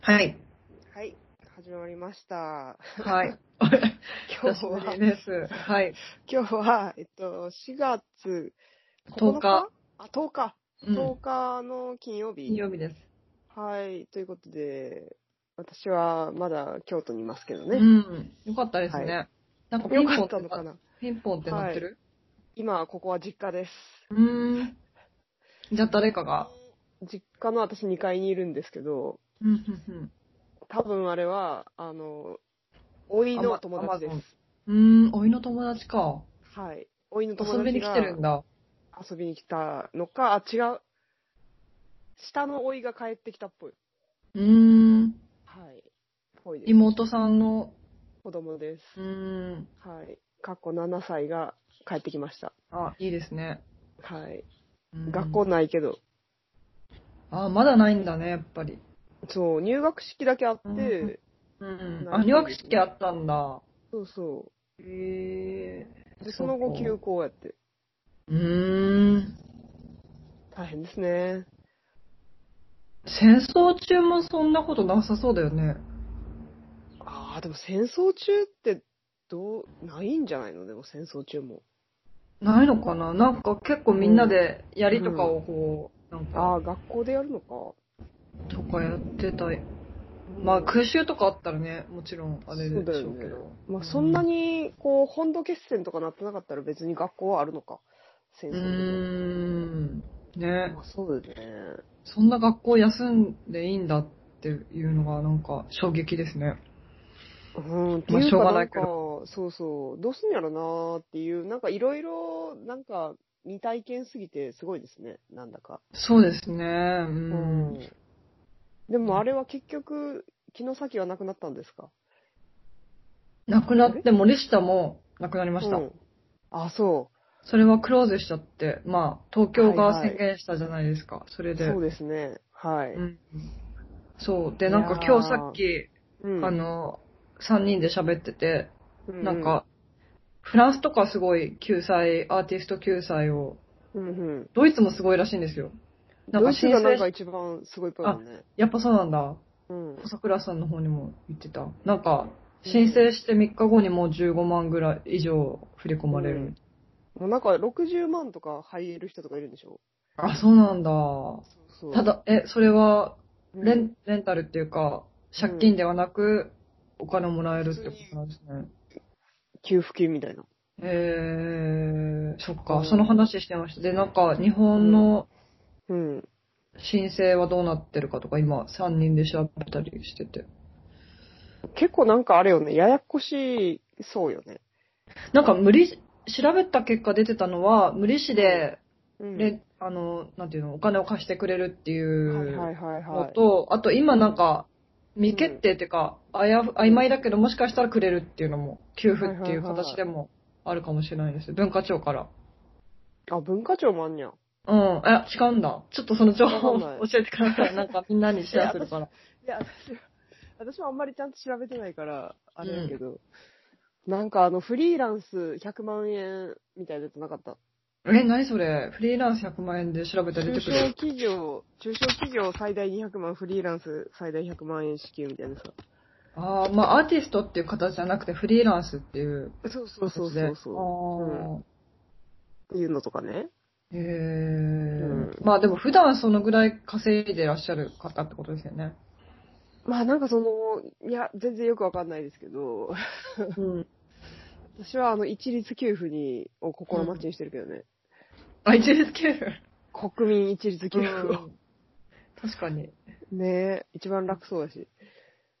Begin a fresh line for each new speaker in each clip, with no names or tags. はい。
はい、始まりま した。
はい。
今
久し
日は
ぶり、です。はい。
今日は、えっと、4月
10日。
あ、10日。
うん
10日の金曜
金
日。
曜日です。
はい、ということで、私はまだ京都にいますけど
う
ね。
ん。よかったですね。なんかピ
よ
ン
か
ポン
っ
ったて
のかな
ピンポンってなってる
今、ここは実家です。
うーん。じゃあ誰かが。
実家の私2階にいるんですけど、
うん、うん、
多分あれは、あの、おいの友達です。
うん。うーん、おいの友達か。
はい。おいの友達が
遊びに来てるんだ。
遊びに来たのか、あ、違う。下の甥が帰ってきたっぽい。
うーん。
はい。ぽいです。
妹さんの、
子供です。
うーん。
はい。過去7歳が帰ってきました。
あ、いいですね。
はい。
うん
学校ないけど、
あ、まだないんだね、やっぱり。
そう、入学式だけあって、
うん。
ない
あ、入学式あったんだ。
そうそ
へ
う。で、その後休校やって。
うーん。
大変ですね。
戦争中もそんなことなさそうだよね。
ああ、でも戦争中って、どう、ないんじゃないのでも戦争中も。
ないのかななんか結構みんなで槍とかをこう、なんか、
ああ、学校でやるのか。
とかやってた。まあ空襲とかあったらね、もちろんあれでしょうけど。
まあ、そんなに、こう、本土決戦とかなってなかったら別に学校はあるのか。戦
うー
争
ん。
中
ね
も。ま。あ、そうだよね。
そんな学校休んでいいんだっていうのがなんか衝撃ですね。
うん、って
まあ
いう
しょう
か、な
がない
ん
け
か、そうそう、どうすんやろなーっていう、なんかいろいろ、なんか、未体験すぎてすごいですね、なんだか。
そうですね。う。。
うんでもあれは結局、木の先はなくなったんですか
亡くなって、森下も亡くなりました。
うんあ、そ
それはクローズしちゃって、まあ、東京が
はいはい
宣言したじゃないですか。それ
う。
で。
そうですね。はい。
うんそう。で、
いや
な
ー
んか今日さっき、
うん
あ、の、3人で喋ってて、
う
なん、か、フランスとかすごい救済、アーティスト救済を、
うんうん。
ドイツもすごいらしいんですよ。なん
ド
か
イツ
申
がなん
請
か
し、
一番すごいっぽいもんね。
やっぱそうなんだ。
うん。
小桜さんの方にも言ってた。なんか、申請して3日後にもう15万ぐらい以上振り込まれる。
うんもうなんか60万とか入れる人とかいるんでしょ
あ、そうなんだ。
そうそう
た、だ、え、それは、
うん
レン、レンタルっていうか、借金ではなく、お金をもらえるってことなんですね。
給付金みたいな。
えー、そっ
う
か、
ん
その話してました。で、なんか、日本の
うん。
申請はどうなってるかとか、今、3人で調べたりしてて。
結構なんかあれよね、ややこしい、そうよね。
なんか、無理、調べた結果出てたのは、無利子で、
うん
レンあの、なんていうの、お金を貸してくれるってい
はいは
う
いはい
の
はい。
と、あと、今なんか、未決定っていうか、あやふ、曖昧だけど、もしかしたらくれるっていうのも、給付っていう形でもあるかもしれないです。文化庁から。
あ、文化庁もあんにゃ。
うん。え、違うんだ。ちょっとその情報
わ
を
かんない
教えてください。なんかみんなにシェアするから。
いや、私は、私もあんまりちゃんと調べてないから、あれやけど、なんかあの、フリーランス100万円みたいなやつなかった。
え、何それフリーランス100万円で調べたら出
中
てく
小
る。
企業、中小企業最大200万、フリーランス最大100万円支給みたいなさ。
ああ、まあアーティストっていう形じゃなくてフリーランスっていう
そうそう
形で。
そうそうそ
ああ。
う。いうのとかね。
へえ、
うん
まあでも普段そのぐらい稼いでらっしゃる方ってことですよね。
まあなんかその、いや、全然よくわかんないですけど、
うん。
私はあの、一律給付に、を心待ちにしてるけどね。
あ、一律給付。
国民一律給付を。
確かに。
ねえ、一番楽そうだし。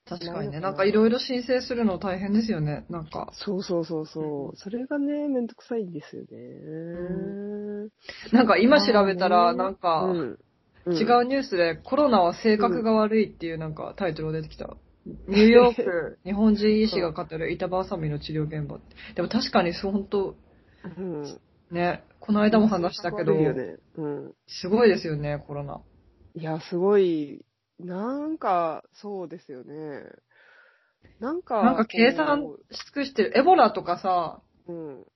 確か
な
に
いのかな
ね。なんかいろいろ申請するの大変ですよね。なんか。
そうそうそうそう。それがね、めんどくさいんですよね。
なんか今調べた
まあ
ら、
ね
なんか、
うん。うん
違うニュースで、コロナは性格が悪いっていうなんかタイトルが出てき た。ニューヨーク、日本人医師が語る板挟みの治療現場って。でも確かにそう、本当
うん。
ね、この間も話したけど、
性格悪いよねうん。
すごいですよね、コロナ。
いや、すごい、なんか、そうですよね。なんか、
なんか計算
こ
し尽くしてる。エボラとかさ、
ううん。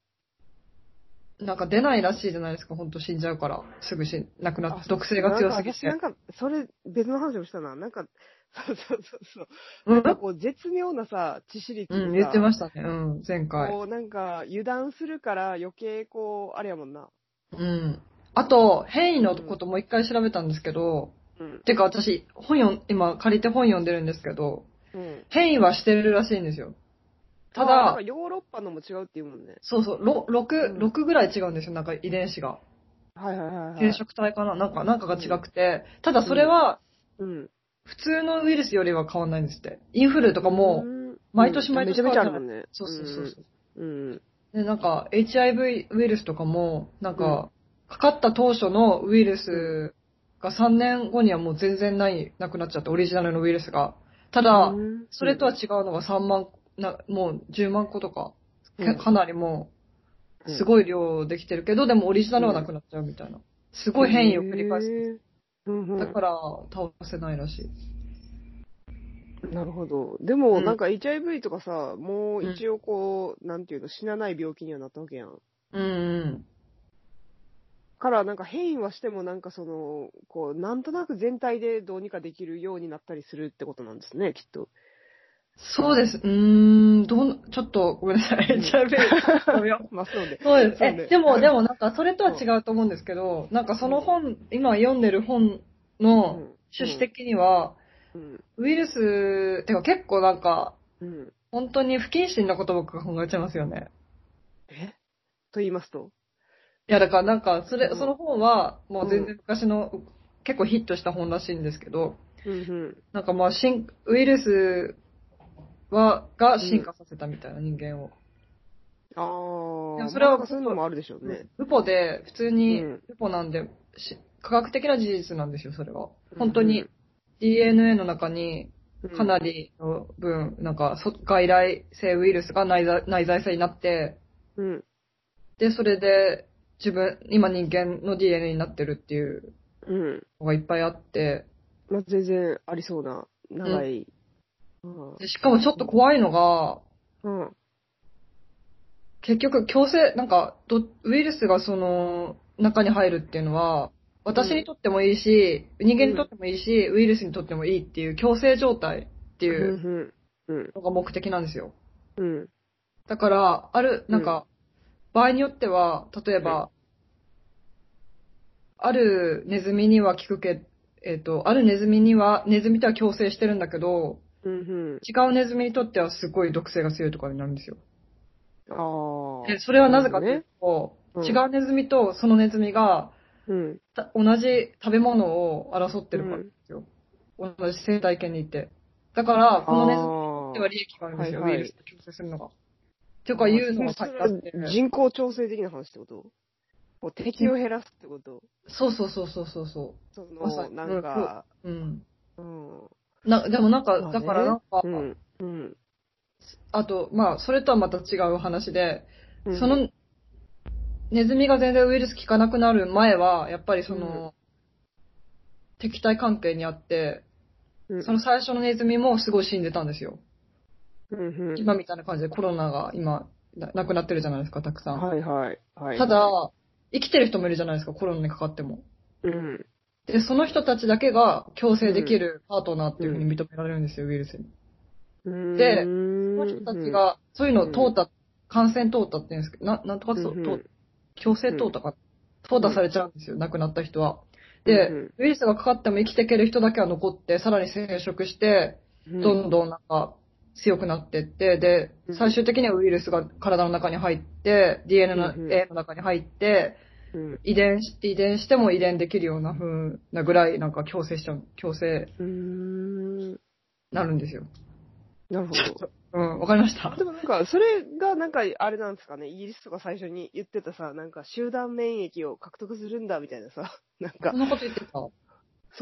なんか出ないらしいじゃないですか、本当死んじゃうから。すぐし、亡くなっ
あ
て、毒性が強すぎ
な
て
ん。か、私なんかそれ、別の話をしたな。なんか、そうそうそうそう。
うん
なんかこう、絶妙なさ、致死率
うん、
で
言
さ
ってましたね。うん、前回。
こう、なんか、油断するから余計こう、あれやもんな。
うん。あと、変異のこともう一回調べたんですけど、
うん。
てか私、本読ん、今借りて本読んでるんですけど、
うん。
変異はしてるらしいんですよ。た
あなん
だ
か、ヨーロッパのも違うっていうもんね。
そうそう、
う
6、
ん
六ぐらい違うんですよ、なんか遺伝子が。
はいはいはい、はい。
変色体かななんか、なんかが違くて。ただそれは、
うん。
普通のウイルスよりは変わんないんですって。インフルとかも、
ん
毎年毎年
めちゃめちゃあるもんね。
そうそうそうそう。
うん。うん。
で、なんか、HIV ウイルスとかも、なんか、かかった当初のウイルスが3年後にはもう全然ない、なくなっちゃって、オリジナルのウイルスが。ただ、
うん
それとは違うのが3万、なもう10万個とか、
うん
かなりもう、すごい量できてるけど、でもオリジナルはなくなっちゃうみたいな。すごい変異を繰り返す。
へーうんうん
だから、倒せないらしい。
なるほど。でも、
うん
なんか HIV とかさ、も
う
うん一応こう、なんていうの、死なない病気にはなったわけやん。
うんうん。
から、なんか変異はしても、なんかその、こう、なんとなく全体でどうにかできるようになったりするってことなんですね、きっと。
そうです。うーん、どん、ちょっと、ごめんなさい。HIV、ごめんよ
まあ、そうね。
そうです。
そうね
え、でも、でもなんか、それとは違うと思うんですけど、なんかその本、今読んでる本
うん
の趣旨的には、
うん。
ウイルス、てか結構なんか、
うん。
本当に不謹慎なことばっか考えちゃいますよね。
えと言いますと
いや、だからなんか、それ、
うん
その本は、もう全
う
然昔の、結構ヒットした本らしいんですけど、
うん
なんかまあ、進ウイルスは、が進化させたみたいな人間を。
うん。
で
ああ。
もそれは
なんかそういうのもあるでしょうね。
ルポで、普通に
うん
ルポなんで、し科学的な事実なんですよ、それは。本当に DNA の中にかなりの分、なんかそ外来性ウイルスが内在内在性になって、
うん。うん。
で、それで自分、今人間の DNA になってるっていう
うん。
のがいっぱいあって、
まあ、全然ありそうな、長い。うん。
でしかもちょっと怖いのが、
うん。
結局強制、なんかど、ウイルスがその中に入るっていうのは、私にとってもいいし、人間にとってもいいし、ウイルスにとってもいいっていう強制状態って
う。
いうん
うん。
のが目的なんですよ。
うん。
だから、ある、なんか、場合によっては、例えば、あるネズミには効くけ、えっ、と、あるネズミには、ネズミとは共生してるんだけど、
うん。
違うネズミにとってはすごい毒性が強いとかになるんですよ。
ああ。
でそれはなぜかというと、
うん
違うネズミとそのネズミが、
うん。
た同じ食べ物を争ってるからですよ。同じ生態系にいて。だから、このネズミにとっては利益があるんですよ、
あーはいはい
ウイルスと共生するのが。っていうか、言うのが
そ
先
れ
だって。
人口調整的な話ってことこう敵を減らすってこと
そうそうそうそうそうそ
そ
まさ
の、
に
なんか、
う。うん。
うん。
な、でもなんか、
まあね
だからなんか、
うん。うん。
あと、まあ、それとはまた違う話で、
うん
そ、の、ネズミが全然ウイルス効かなくなる前は、やっぱりその、敵対関係にあって、
うん
その、最初のネズミもすごい死んでたんですよ。
うんうん
今みたいな感じでコロナが今、ななくなってるじゃないですか、たくさん。
はいはい。はい。
た、だ、生きてる人もいるじゃないですか、コロナにかかっても。
うん。
で、その人たちだけが強制できるパートナーっていうふうに認められるんですよ、ウイルスに。でその人たちが、そういうのを淘汰、感染淘汰って言うんですけど、ななんとか
うん、
そう、
うん
淘強制淘汰か、淘汰されちゃうんですよ、亡くなった人は。で、
うん
ウイルスがかかっても生きていける人だけは残って、さらに生殖して、
うん
どんどんなんか強くなってって、で
うん、
最終的にはウイルスが体の中に入って、DNA の,、
うん
A の中に入って、
うん
遺伝し、遺伝しても遺伝できるような風なぐらい、なんか強制しちゃう、強制
うん。
なるんですよ。
なるほど。
うん、わかりました
で。もなんか、それがなんか、あれなんですかね、イギリスとか最初に言ってたさ、なんか集団免疫を獲得するんだみたいなさ、なんか
そ、んなこと言ってた
そ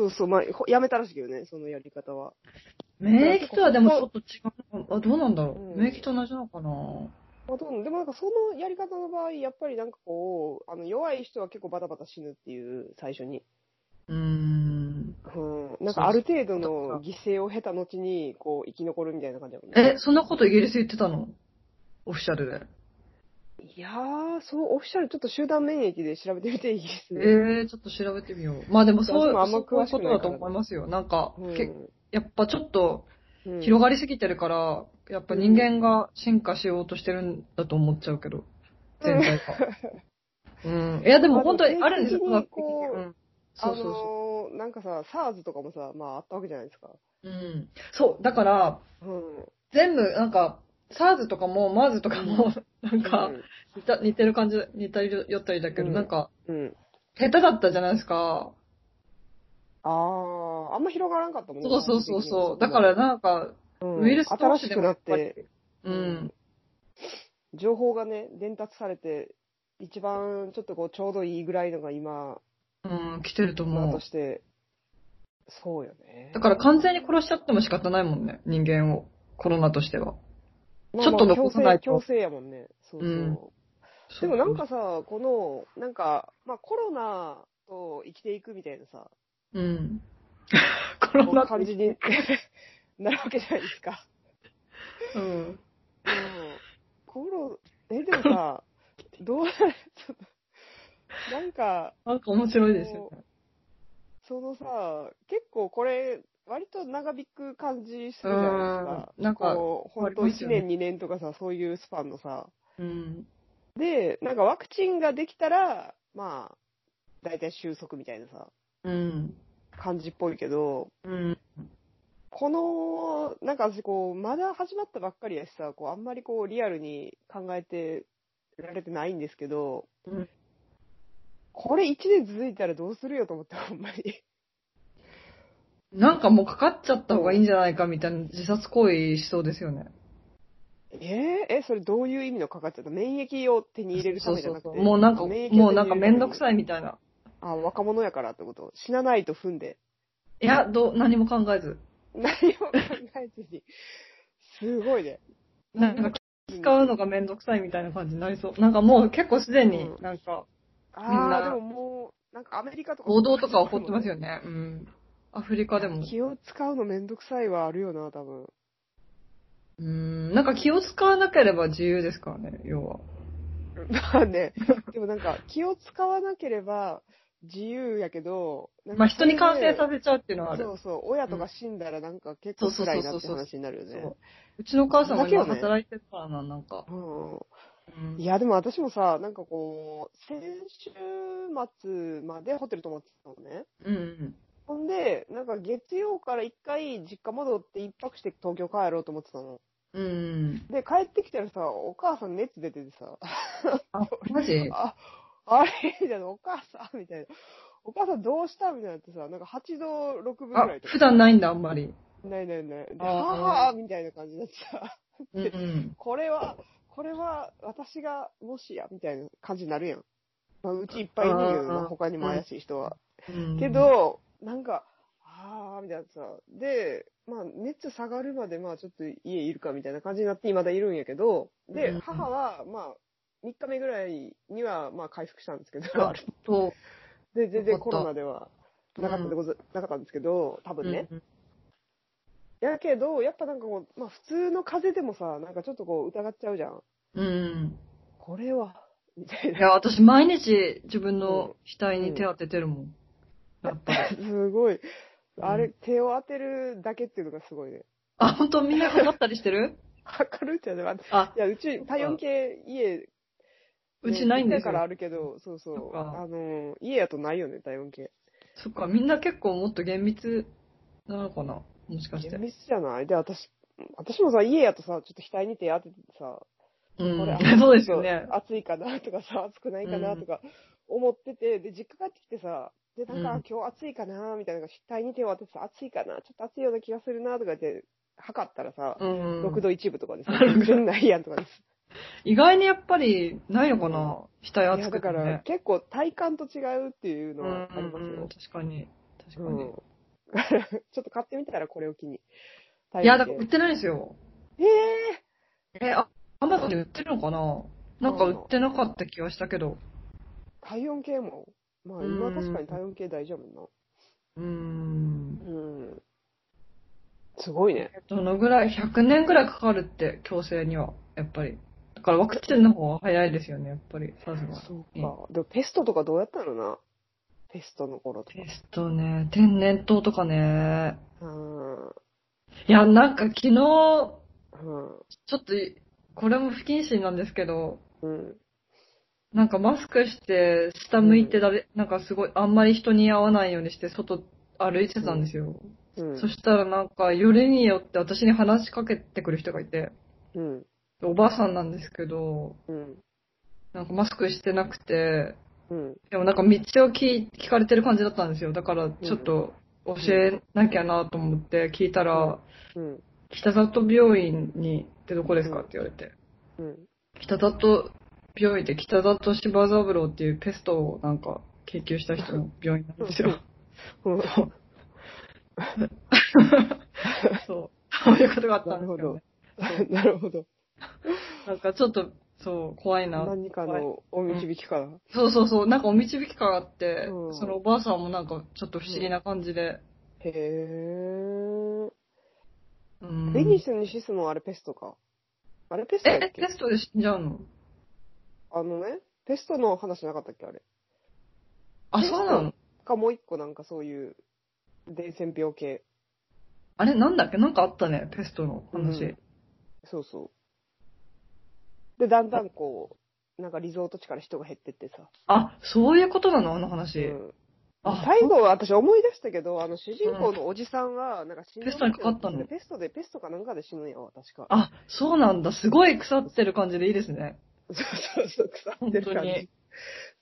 うそう、まあ、ほやめたらしいけどね、そのやり方は。
免疫とはでもちょっと違うのかあ、どうなんだろう。
うん
免疫と同じなのかな
まあ、どうでもなんか、そのやり方の場合、やっぱりなんかこう、あの、弱い人は結構バタバタ死ぬっていう、最初に。
うーん。
うん。なんか、ある程度の犠牲を経た後に、こう、生き残るみたいな感じだもん
え
ね。、
そんなことイギリス言ってたのオフィシャルで。
いやー、そう、オフィシャルちょっと集団免疫で調べてみて、イギリスで。
えー、ちょっと調べてみよう。まあでもそう
私もあんま
そうい
詳
う
し
こ
く
と
ないから
だと思いますよ。なんか、
うん
けやっぱちょっと
うん
広がりすぎてるから、やっぱ人間が進化しようとしてるんだと思っちゃうけど、全体が。 うん。いや、でも本当にあるんですよ、科
まあ
学
で
的に
も。
うんそうそうそ
あのーなんかさ、SARS とかもさ、まああったわけじゃないですか。
う。うん。そう、だから、
うん。
全部、なんか、SARS とかも MARS とかも、なんか、似た似てる感じ、似たり寄ったりだけど、
うん
なんか、
うん。うん。
下手だったじゃないですか。
ああ、あんま広がらんかったもん
そうそうそうそう。だか、らなんか、
うん
ウイルス
新
同
し
士で
く
も
な
や
っ
っぱり
て、
うん。
情報がね、伝達されて、一番ちょっとこう、ちょうどいいぐらいのが今、
うん、来てると
今
思
と
う。
して、そうよね。
だから完全に殺しちゃっても仕方ないもんね、人間を。コロナとしては。
まあ
ちょっと残さないと
強制強制やもんね。そうそう。
うん
でもなんかさ、この、なんか、まあコロナと生きていくみたいな さ、
そう、うん。コロナ
感じに なるわけじゃないですか。
うん。
うんコロ、え、でもさ、どう、ちょっと、 なんか、
なんか面白いですよね。
そのさ、結構これ、割と長引く感じするじゃないですか。
うんなんか
こう、ほんと
あります
1
よね
年、2年とかさ、そういうスパンのさ。
うん。
で、なんかワクチンができたら、まあ、大体収束みたいなさ、
うん。
感じっぽいけど、
うん。
この、なんか私こう、まだ始まったばっかりやしさ、こう、あんまりこう、リアルに考えてられてないんですけど、
うん
これ1年続いたらどうするよと思って、ほんまに。
なんかもうかかっちゃった方がいいんじゃないかみたいな自殺行為しそうですよね。
えー、え、それどういう意味のかかっちゃった免疫を手に入れるためじゃなくて。
そうそうそうもうなんか、
免疫を手に入れる
もうなんかめんどく
い。
さいみたいな。
あ、若者やからってこと死なないと踏んで。
いや、どう、何も考えず。
何も考えずに。すごいね。
なんか使うのがめんどくさいみたいな感じになりそう。なんかもう結構すでに
う
なんかみん
あ
な
あ、でももう、なんかアメリカとか。
暴動とか起こってますよね。うん。アフリカでも。
気を使うのめんどくさいはあるよな、多分。
うん。なんか気を使わなければ自由ですからね、要は。
まあね。でもなんか、気を使わなければ自由やけど、なんか
まあ人に感染
そ
させちゃうっていうのはあ
れで
る
そ。うそう、親とか死んだらなんか結構辛いなって話になるよ
そ
ね。
う。うちのお母さんも
だけ
今
どね
働いてるからな、なんか。
うん
うん
いや、でも私もさ、なんかこう、先週末までホテル泊まってたのね。
うん。
ほんで、なんか月曜から一回実家戻って一泊して東京帰ろうと思ってたの。
うん。
で、帰ってきたらさ、お母さん熱出ててさ、
あ、マジ
あ、あれみたいな、お母さんみたいな。お母さんどうしたみたいなってさ、なんか8度6分ぐ
あ
らい、とか
普。段ないんだ、あんまり。
ないないない。で、
あー
はぁみたいな感じになってさ、
うんうん。
これは、これは私がもしや、みたいな感じになるやん。まあ、うちいっぱいいるんやけど
あー
な、他にも怪しい人は。
うん
け、ど、なんか、あー、みたいなさ、で、まあ、熱下がるまで、まあ、ちょっと家いるかみたいな感じになって、今だいるんやけど、で、
うん
母は、まあ、3日目ぐらいには、まあ、回復したんですけど、
あと、
で、全然
よかった
コロナではなかったでござ、なかったんですけど、多分ね。
うん
やけど、やっぱなんかこう、まあ、普通の風邪でもさ、なんかちょっとこう、疑っちゃうじゃん。
うん。
これは、みたい
い
な。
や、私、毎日自分の額に手当ててるもん。やっぱり。
すごい。あ
う
れ、手を当てるだけっていうのがすごいね。
あ、本当みんなかかったりしてる
測るんじゃない私
あ、
いや、うち、体温計、家、
うちないんです
だからあ
よ。
るけど、そうそ
そっ
う。
か
あの、家やとないよね、体温計。
そっか、みんな結構もっと厳密なのかなもしかして
厳。密じゃないで、私、私もさ、家やとさ、ちょっと額に手当ててさ、
う
これ
ん。 そうですよね。
暑いかなとかさ、 暑くないかなとか思ってて、で、実家帰ってきてさ、で、なんか、
うん
今日暑いかなみたいなのが、額に手を当ててさ、暑いかなちょっと暑いような気がするなとか言って、測ったらさ、
うん。
6度1分とか でさ、
う
全
ん
然ないやんとかです。
意外にやっぱり、ないのかな額
いや
熱
だ
くて
か
も
ら
ね。
結構体感と違うっていう
う
の
ん
はありますよ。
うんうん確かに。確か
うん
に。
ちょっと買ってみたらこれを機に。
いや、だから売
え
ってないんですよ。え、あ、アマゾンで売ってるのかななんか売ってなかった気はしたけど。
ー、体温計も。まあ
うん
今確かに体温計大丈夫
うーん。
な。うん。すごいね。
どのぐらい、100年ぐらいかかるって、強制には、やっぱり。だからワクチンの方が早いですよね、やっぱり、さすが。
そうか。でもペストとかどうやったのなペストの頃とか
テ。ストね、天然痘とかね、
うん。
いや、なんか昨日、ちょ
うん。
っと、これも不謹慎なんですけど、
うん。
なんかマスクして、下向いて誰、なんかすごい、あんまり人に会わないようにして、外歩いてたんですよ。
うん。
そしたらなんか、よりによって私に話しかけてくる人がいて、
うん。
おばあさんなんですけど、
うん。
なんかマスクしてなくて、
うん。
でもなんか道を聞聞かれてる感じだったんですよ。だからちょっと教えなきゃなと思って聞いたら、
うんうん。
北里病院にってどこですかって言われて。
うん。
北里病院って北里柴三郎っていうペストをなんか研究した人の病院なんで すよ。
うん
そう。そう。 そういうことがあったんですけど、ね、
なるほど。
なんかちょっと、そう、怖いな。
何かのお導きかな。
そうそうそう、なんかお導き感があって、
うん
そのおばあさんもなんかちょっと不思議な感じで。
へえ。
うん
ベニスにシスもあれペストか。あれペストだ
え
っ、け
テストで死んじゃうの
あのね、ペストの話なかったっけあれ。
あ、
テスト
そうなの
か、もう一個なんかそういう、伝染病系。
あれなんだっけなんかあったね、ペストの話。
うんそうそう。で、だんだんこう、なんかリゾート地から人が減ってってさ。
あ、そういうことなのあの
う
話。
ん、
あ、
最後、私思い出したけど、あの、主人公のおじさんが、なんか死んだ
ペストにかかったの
ペストで、ペストかなんかで死ぬんやわ、確か。
あ、そうなんだ。すごい腐ってる感じでいいですね。
そうそうそう、腐ってる感
本当に
じ。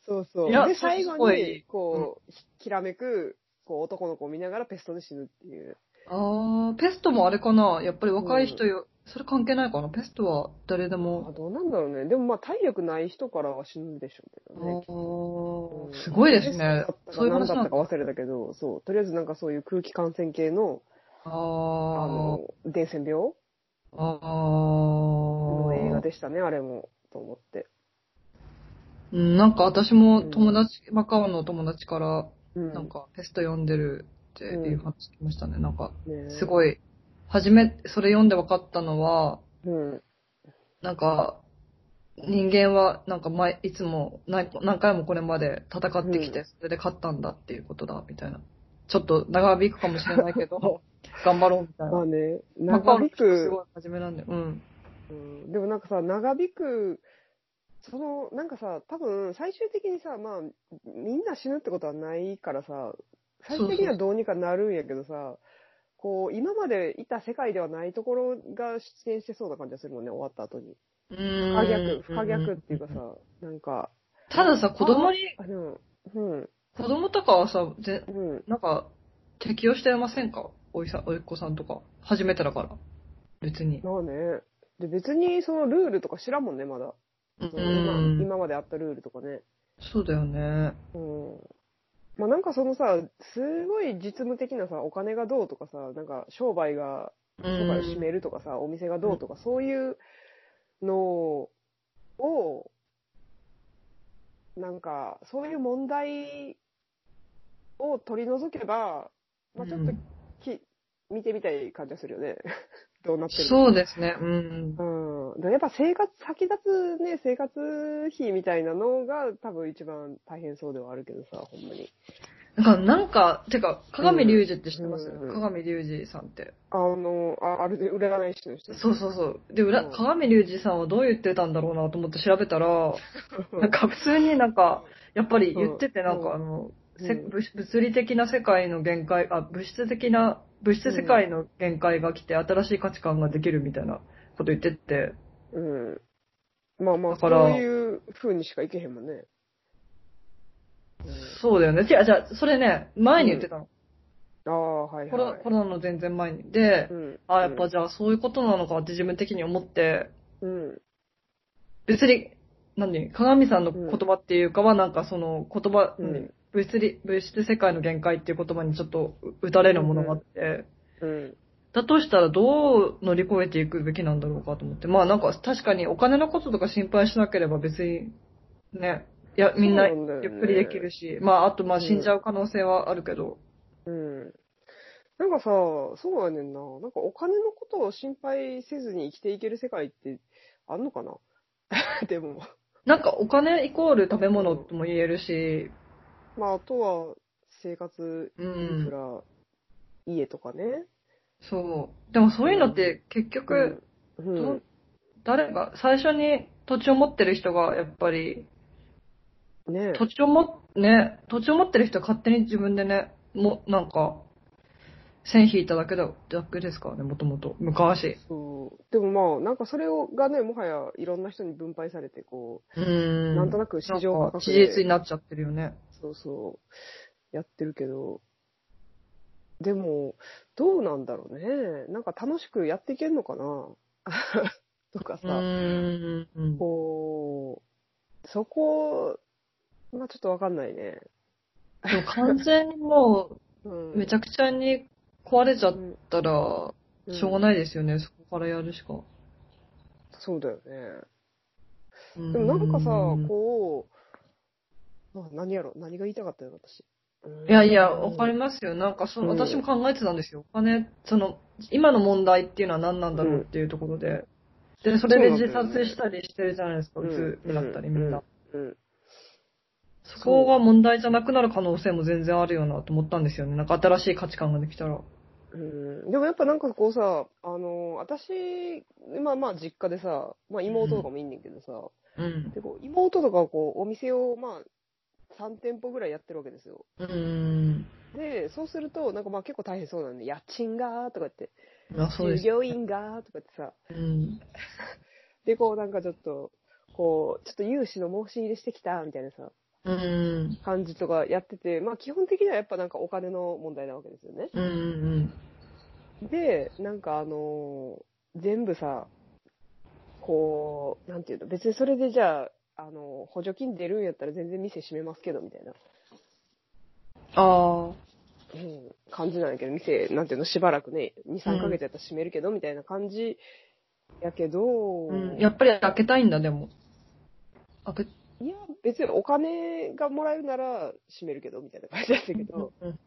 そうそ
いや
う。で、最後
すご
に
い、
こう、ひきらめく、こう、男の子を見ながらペストで死ぬっていう。
あー、ペストもあれかなやっぱり若い人よ、それ関係ないかなペストは誰で
まあ、
も。
どうなんだろうね。でもまあ、体力ない人からは死ぬでしょうけ
あ
どね。うん
ー、すごいですね。そういう
何
話
だ
な
っ
ん
た
だ。
か忘れたけど、そう。とりあえずなんかそういう空気感染系の、
あ
あ
ー、
の、伝染病
あ
の映画
ー。
でしたね、あれも、と思って。
うんなんか私も友達、マカオの友達から、
うん。
なんかフェスト読んでるっていう話聞きましたね。なんか、
ね、
す
い。
ごい、初め、それ読んで分かったのは、
うん。
なんか、人間は、なんか前、いつも何、何回もこれまで戦ってき
う
て、それで勝ったんだっていうことだ、みたいな。ちょっと長引くかもしれないけど、頑張ろう、みたい
ま
な。
あね、
マカ
長
オの
引
人す
く
ごい真面目なんで。うん。
うんでもなんかさ、長引く、その、なんかさ、多分、最終的にさ、まあ、みんな死ぬってことはないからさ、最終的にはどうにかなるんやけどさ、こう、今までいた世界ではないところが出現してそうな感じがするもんね、終わった後に。不
うー
可
ん
逆、不可逆っていうかさ、なんか、
たださ、子供に、
あの、うん、
子供とかはさ、ぜ
うん。
なんか、適用してませんかおいさ、おいっ子さんとか。初めてだから。別に。
まあね。で、別にそのルールとか知らんもんね、まだ。
う
その今
ん。
今まであったルールとかね。
そうだよね。
うんまあなんかそのさ、すごい実務的なさ、お金がどうとかさ、なんか商売が、
う
商売を閉
ん。
めるとかさ、お店がどうとか、そういうのを、なんか、そういう問題を取り除けば、まあちょっと
うん
き、見てみたい感じがするよね。 どうなってるのか
そうですね。うん。
うん。でやっぱ生活、先立つね、生活費みたいなのが多分一番大変そうではあるけどさ、ほんまに。
だからなんか、てか、鏡隆二って知ってます、
うんうん
鏡隆二さんって。
あの、ああれで占い師の人。
そうそうそう。で、裏、
うん
鏡隆二さんはどう言ってたんだろうなと思って調べたら、なんか普通になんか、やっぱり言っててなん
うん
かあの、
うん
せ物物理的な世界の限界、あ、物質的な、物質世界の限界が来て新しい価値観ができるみたいなこと言ってって、
うん。まあまあ、
だから
そういう風にしかいけへんもんね。
そうだよね。じゃあ、じゃあそれね、前に言ってたの。
ああ、はい
コロ
はい。
コロナの全然前に。で、
うん。
あ、やっぱじゃあそういうことなのかって自分的に思って、
うん。
別に、何鏡さんの言葉っていうかは、なんかその言葉、
うん
何物理、物質世界の限界っていう言葉にちょっと打たれるものがあって、
うん。
だとしたらどう乗り越えていくべきなんだろうかと思って、まあなんか確かにお金のこととか心配しなければ別に、ね、いや、みんな
そうなんだよね
ゆっくりできるし、まああとまあ死んじゃう可能性はあるけど、
うん。なんかさ、そうやねんな。なんかお金のことを心配せずに生きていける世界ってあんのかな でも。
なんかお金イコール食べ物とも言えるし、
まあ、あとは、生活、
う
インフ
ん、
ラ、家とかね。
そう。でもそういうのって結局、
うん
ど
う
うん誰が、最初に土地を持ってる人が、やっぱり、
ねえ
土地をも、ね、土地を持ってる人は勝手に自分でね、も、なんか、線引いただけだ、だけですからね、もともと。昔。
そうでもまあなんかそれをがねもはやいろんな人に分配されてこ
う
う、
ん。
なんとなく市場
なん
価
か
格
事
で
実になっちゃってるよね。
そうそう、やってるけど、でも、どうなんだろうね。なんか楽しくやっていけんのかな とか
う
さ、
ん。うん
こう、そこ、まあちょっとわかんないね。
でも完全にも
うん
う、めちゃくちゃに壊れちゃっ
うん
たら、
うん
しょうがないですよね、そこからやるしか。
そうだよね。
で
でもなんかさ、
い
こう、まあ、何やろ、何が言いたかったよ、私。うん
やいや、わかりますよ。なんかそ、
うん
私も考えてたんですよ。お金、その、今の問題っていうのは何なんだろうっていうところで。で、それで自殺したりしてるじゃないですか、
うん
うつになったり
うん
みんな。
うん。
そこが問題じゃなくなる可能性も全然あるよなと思ったんですよね。なんか新しい価値観ができたら。
うんでもやっぱなんかこうさ、あの私、まあまあ実家でさ、まあ妹とかもいんねんけどさ、
うん。
でこう妹とかはこうお店をまあ3店舗ぐらいやってるわけですよ。
うん。
で、そうすると、なんかまあ結構大変そうなんで、家賃がーとか言って、
まあそう
従
です。
業員がーとか言ってさ、
うん。
で、こうなんかちょっと、こう、ちょっと融資の申し入れしてきたみたいなさ、
うん。
感じとかやってて、まあ基本的にはやっぱなんかお金の問題なわけですよね。
うんうん
で、なんかあのー全部さ、こう、なんていうの、別にそれでじゃあ、あのー補助金出るんやったら全然店閉めますけど、みたいな、
ああ。
うん、感じなんやけど、店、なんていうの、しばらくね、2、3ヶ月やったら閉めるけど、みたいな感じやけど、
うん。
いや
やっぱり開けたいんだ、でも。開け、
別にお金がもらえるなら閉めるけど、みたいな感じだったけど、
うん。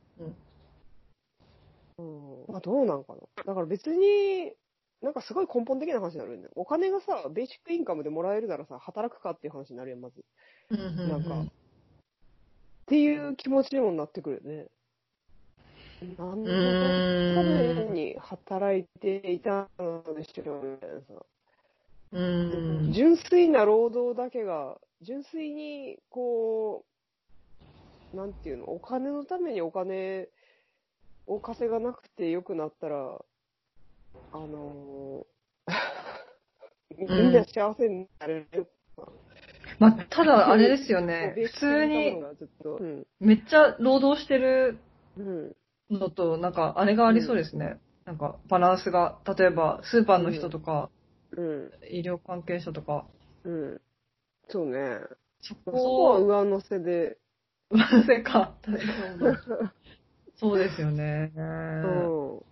うん、まあどうなんかな。だから別に、なんかすごい根本的な話になるよね。お金がさ、ベーシックインカムでもらえるならさ、働くかっていう話になるやん、まず。
うんうんうん
なんか、っていう気持ちにもなってくるよね。何
う
のた
ー
め
ん。
に働いていたのでしょうみたいな
うー
さ。
ん。
純粋な労働だけが、純粋に、こう、なんていうの、お金のためにお金を稼がなくて良くなったら、あのーみんな幸せになれる。
まあ、ただ、あれですよね。
ベー
普
シッ
通
クインカム
に、
がずっとうん
めっちゃ労働してる
うん
のと、なんか、あれがありそうですね。なんか、バランスが、例えば、スーパーの人とか、
うん
医療関係者とか、
うん。そうね。
そ
そこは
こを、
上乗せで。
なぜか。そうですよね。
うん。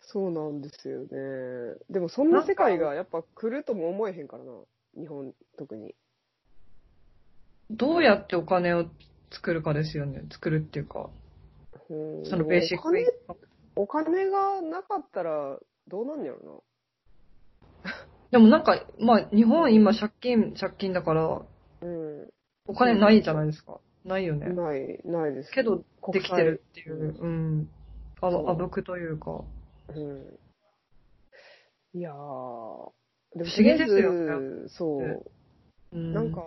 そうなんですよね。でもそんな世界がやっぱ来るとも思えへんからな。日本特に。
どうやってお金を作るかですよね。作るっていうか、
うん、
そのベーシックインカム
お金。お金がなかったらどうなんやろ
でもなんか、まあ、日本今借金、借金だから、
な。う
お金ないじゃないですか。ないよね。
ん。ない、ないです。
けど、で
国
き
債
てるっていう、うん。あ
そう
の、あぶくというか。
うん。いやー。でも
不思議ですよね
とりあえずそう。
うん、
なんか、、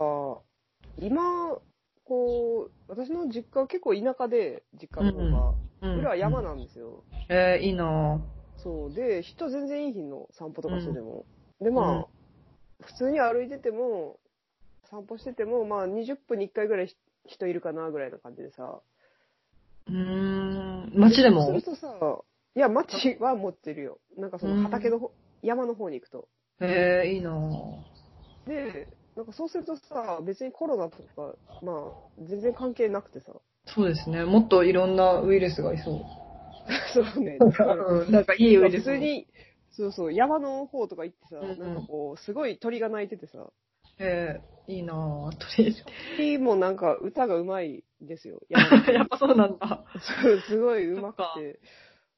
今、こう、私の実家は結構田舎で、実家の方
う
が、
ん、
裏は山
の。
なんですよ。
えー、いいなぁ。
そう。で、人全然いい日の散歩とかしてても。で、まあ、普通に歩いてても、散歩してても、まあ、20分に1回ぐらいひ人いるかな、ぐらいの感じでさ。
うーん、街
そ
で
う
も
するとさ、いや、街は持ってるよ。なんかその畑のほ、山の方に行くと。
えー、いいなぁ。
で、なんかそうするとさ、別にコロナとか、まあ、全然関係なくてさ。
そうですね。もっといろんなウイルスがいそう。
そう ね。だから
うんなんかいいウイ
普
ルス。
通。に、そうそう、山の方とか行ってさ、
うんうん
なんかこう、すごい鳥が鳴いててさ、
えー、いいなぁ。とり
鳥もなんか歌がうまいですよ、
あ
山
えず。 やっぱそうなんだ。
そうすごいうまく
そ
て。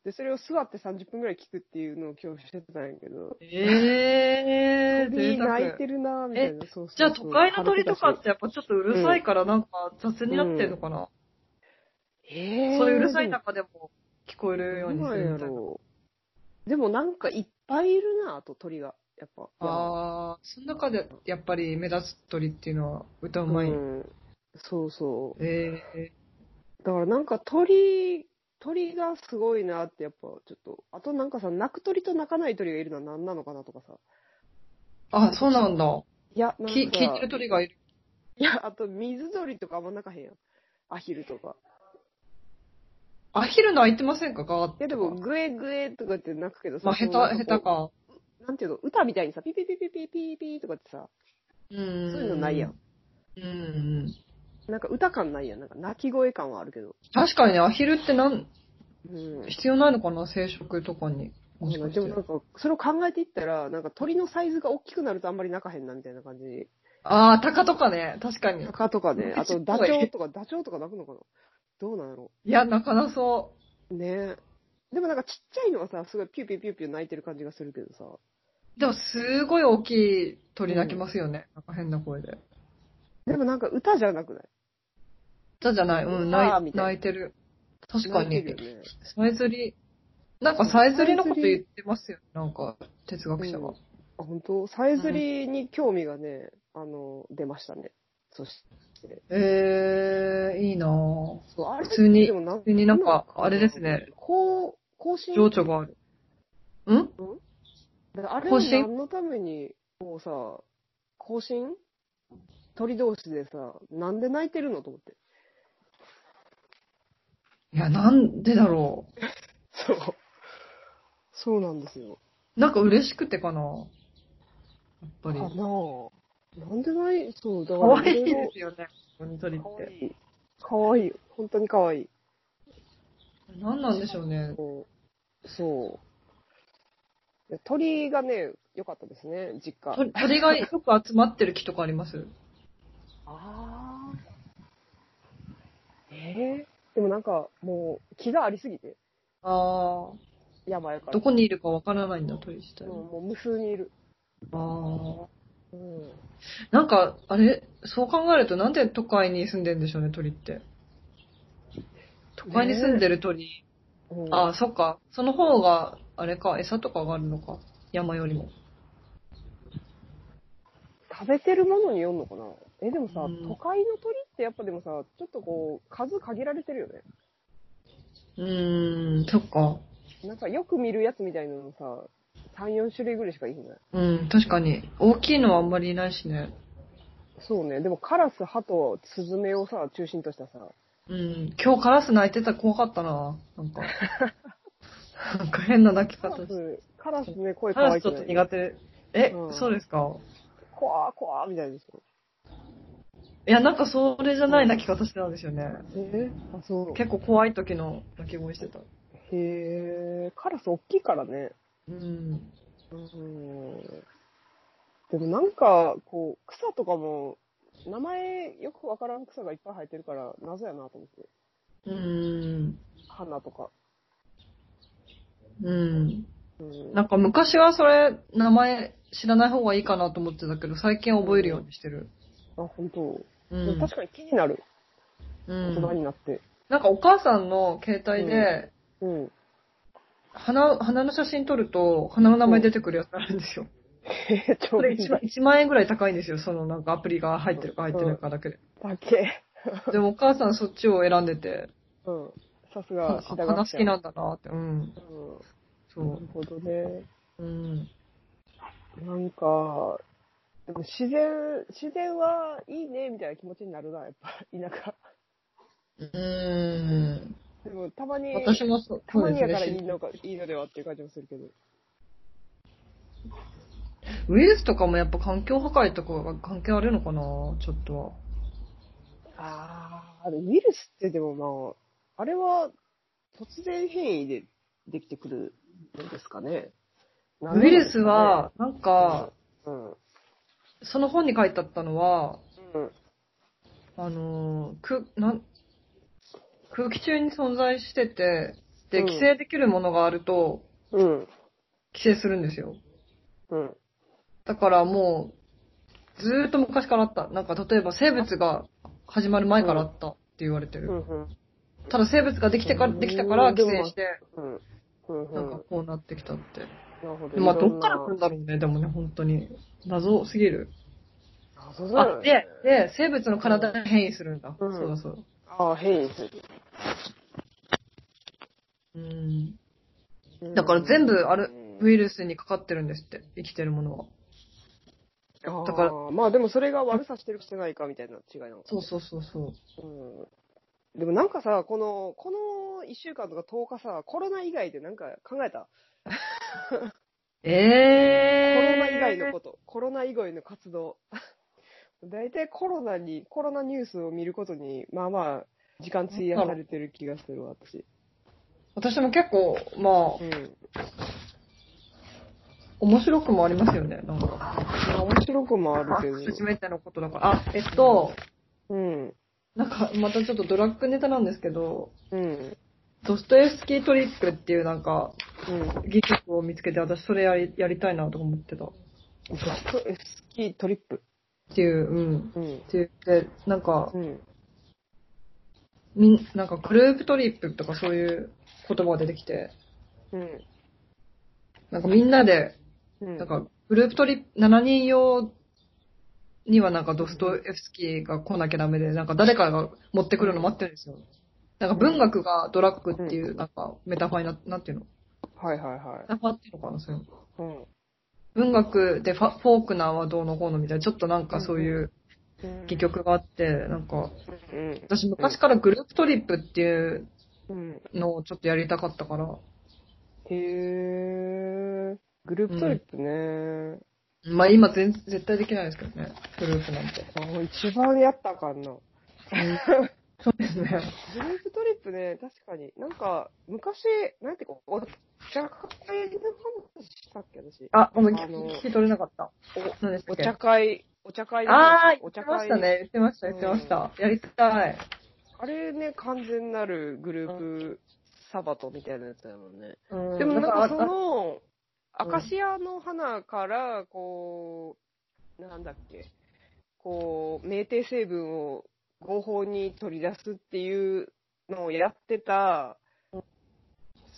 で、それを座って30分ぐらい聞くっていうのを今日してたんやけど、
えー、
鳥鳴い
る。
てるなぁみたいな、そうそうそう
じゃあ都会の鳥とかっ。てやっぱちょっとうるさいからなんか雑になってるのかな、
えー、
そういううるさい
な
中でも聞こえるように
な
す
ん
る
や
みたいな。
ろでもなんかいっぱいいるな、あと鳥が。やっぱ。
ああ、その中でやっぱり目立つ鳥っていうのは歌う
う
まい。
ん。そうそう。
ええ
だからなんか鳥、鳥がすごいなってやっぱちょっと、あとなんかさ、鳴く鳥と鳴かない鳥がいるのは何なのかなとかさ。
あ、そうなんだ。
いや、なんかさ
き聞いてる鳥がいる。
い や、あと水鳥とかあんま鳴かへんやん。アヒルとか。
アヒルの開いてませんかガー
い
ッ
やでも、グエグエとかって鳴くけどさ、
まあ、下
そのなんこ
手、下
う
手か。
なんていうの、歌みたいにさ、ピピピピピピピとかってさ、
うん。
そう
そう
いうのないやん。。
うんうん。
なんか歌感ないやん。なんか鳴き声感はあるけど。
確かにね、アヒルってなん、
うん。
必要ないのかな生殖とかに。もしかし
でもな
て
ん。か、それを考えていったら、なんか鳥のサイズが大きくなるとあんまり鳴かへんなみたいな感じ。
ああ、鷹とかね。確かに。
鷹とか ね、あとダチョウとか、ダチョウとか鳴くのかなどうなんやろ。
いや、なかなそう
ねえ。でもなんかちっちゃいのはさ、すごいピューピューピューピュー鳴いてる感じがするけどさ。
う。でも、すごい大きい鳥鳴きますよね。なんか変な声で。
でもなんか歌じゃなくない
歌じゃない。うん、
あー
泣
み
い
たいな
泣いてる。確
鳴
か
い
に
て。るよね。
さえずり。なんかさえずりのこと言ってますよ。なんか、哲学者
う
が
ん。あ、本当さえずりに興味がね、あの、出ましたね。そして。
ええー、いいなぁ。
そう、あれ
普通に
でもなん
普通になんか、あれですね。。
こう、更新
情緒がある。ん
だからあれ
更
は
新
何のために、もうさ、更新鳥同士でさ、なんで泣いてるのと思って。
いや、なんでだろ
そう。そうなんですよ。
う。なんか嬉しくてかなやっぱ
あ
り
な。あ。なんでないそう、だか。
からわいいですよね、ここに鳥っ
かわ
て。
いい。かわいい。本当にかわいい。
なんなんでしょうね。
そう。そう。いや鳥がね、良かったですね、実家。
鳥鳥がよく集まってる木とかあります
ああ。ええでもなんか、もう、気がありすぎて、
あ
山やか
あ。
ら。
どこにいるかわからないんだ、鳥自体
もう
は。
もう無数にいる。
ああ。
うん。
なんか、あれ、そう考えるとなんで都会に住んでんでしょうね、鳥って。都会に住んでる鳥。
うん、
ああ、そっか。その方が、あれか、餌とかがあるのか。山よりも。
食べてるものによんのかなえ、でもさ、
うん
都会の鳥ってやっぱでもさ、ちょっとこう、数限られてるよね。
うーん、そっか。
なんかよく見るやつみたいなのさ、3、4種類ぐらいしかいない。
うん、確かに。大きいのはあんまりいないしね。
そうね。でもカラス、ハト、スズメをさ、中心としたさ、
うん、今日カラス鳴いてたら怖かったな。なん か。なんか変な鳴き
カラ
方して。
ス、カラスね、声
カ
可
ラ
愛
ス
く
ちょっと
ない。
苦手。え、
うん
そうですか
こわーこわーみたいですよ。
いや、なんかそれじゃない鳴き方してたんですよね。
えー、あ、そう。
結構怖い時の鳴き声してた。
へえ、カラス大きいからね。
うん。
うん。でもなんか、こう、草とかも、名前よくわからん草がいっぱい生えてるから、謎やなと思って。
うん。
花とか。
うん。
うん。
なんか昔はそれ、名前知らない方がいいかなと思ってたけど、最近覚えるようにしてる。
あ、本当。
う
でも
ん。
確かに気になる。
う
大人
ん、
になって。
なんかお母さんの携帯で、
うん。
花、花の写真撮ると、花の名前出てくるやつあるんですよ。
えー、ちょ
そ
っ
れ 1, 万1万円ぐらい高いんですよ。そのなんかアプリが入ってるか入ってないかだけで。
だけ。
でもお母さんそっちを選んでて、
うん。さす
あ
が、白
花
髪
好きなんだなって。うん。
うん。
そ
な
う
る。ほどね。
うん。
なんか、でも自然、自然はいいね、みたいな気持ちになるな、やっぱ、田舎。
うん。
でも、たまに、
私もそう
た
そう
ま
で
に
す
やからいい
ね。
のか、いいのではっていう感じもするけど。
ウイルスとかもやっぱ環境破壊とかが関係あるのかなちょっとは。
ああ、でもウイルスってでもまあ、あれは突然変異でできてくるんですかね。なん
ウ
で
イ
で
ル
す
ス
かね、
は、なんか、
うん、
その本に書いてあったのは、
うん。
あのーくなん空気中に存在してて、で、
うん
寄生できるものがあると、
うん。
寄生するんですよ。
うん。
だからもう、ずーっと昔からあった。なんか、例えば生物が始まる前からあったって言われて
う
る。
ん。
ただ生物ができてから、
うん
できたから寄生して、
うん。ううんうん。
なんかこうなってきたって。
なるほど。
まあ、
いろん
どっから来るんだろうね、でもね、本当に。謎すぎる。
な謎だ
あ
よ、ね
で。、で、生物の体に変異するんだ。
うん
そうだそうだ。
ああ、変異す
うん。
る。
だから全部あるウ
イ
イルスにかかってるんですって、生きてるものは。
だ
だ
か
からら。
まあでもそれが悪さしてるかしてないかみたいな違いなのか。
そうそうそうそう。
うん。でもなんかさ、この、この1週間とか10日さ、コロナ以外でなんか考えた、
え
コロナ以外の
こ
こと、コロナ以外の活動。 大体コロナに、コロナニュースを見ることに、まあまあ、時間費やされてる気がするわ、私。
と。私も結構、ま
うん。
あ、面白くもありますよね、なんか。
まあ面白くもあるけど。
初めてのことだから。あ、えっと、
うん。
なんか、またちょっとドラッグネタなんですけど、
うん。
ドストエフスキートリックっていうなんか、
うん。
技術を見つけて、私それやりやりたいなとか思ってた。っ
ドストエフスキートリップ。
ていう、うん。
うん。
って言って、なんか
う、ん。
みん、なんかグループトリップとかそういう言葉が出てきて、
うん。
なんかみんなで、
うん。
なんかグループトリップ、7人用にはなんかドストエフスキーが来なきゃダメで、なんか誰かが持ってくるの待ってるんですよ。なんか文学がドラッグっていう、なんかメタファーにな、なんていうの
はいはいは
メタファーっていうのかな、そういうの。
い。うん。
文学でファフォークナーはどうのこうのみたいな、ちょっとなんかそういう戯曲があって、なんか、
うん。
私昔からグループトリップっていう
うん。
のをちょっとやりたかったから、
へえ。グループトリップね。
まあ今全絶対できないですけどね、グループなんて。
あ一番やったらあかんな。
そうですね。
グループトリップね、確かに。なんか、昔、なんていうか、お若会の話したっけ、私。
あ、ごめん、
あの
聞き取れなかった。何でし
お
たっけ
茶会、お茶会の話
ああ、言
お
って
茶
ま
会
した。ね。言ってました、言ってました。やりたい。
あれね、完全なるグループサバトみたいなやつだもんね。
うん
でもなんかそ
あ
の、ア
うん
カシアの花から、こう、なんだっけ、こう、酩酊成分を合法に取り出すっていうのをやってた、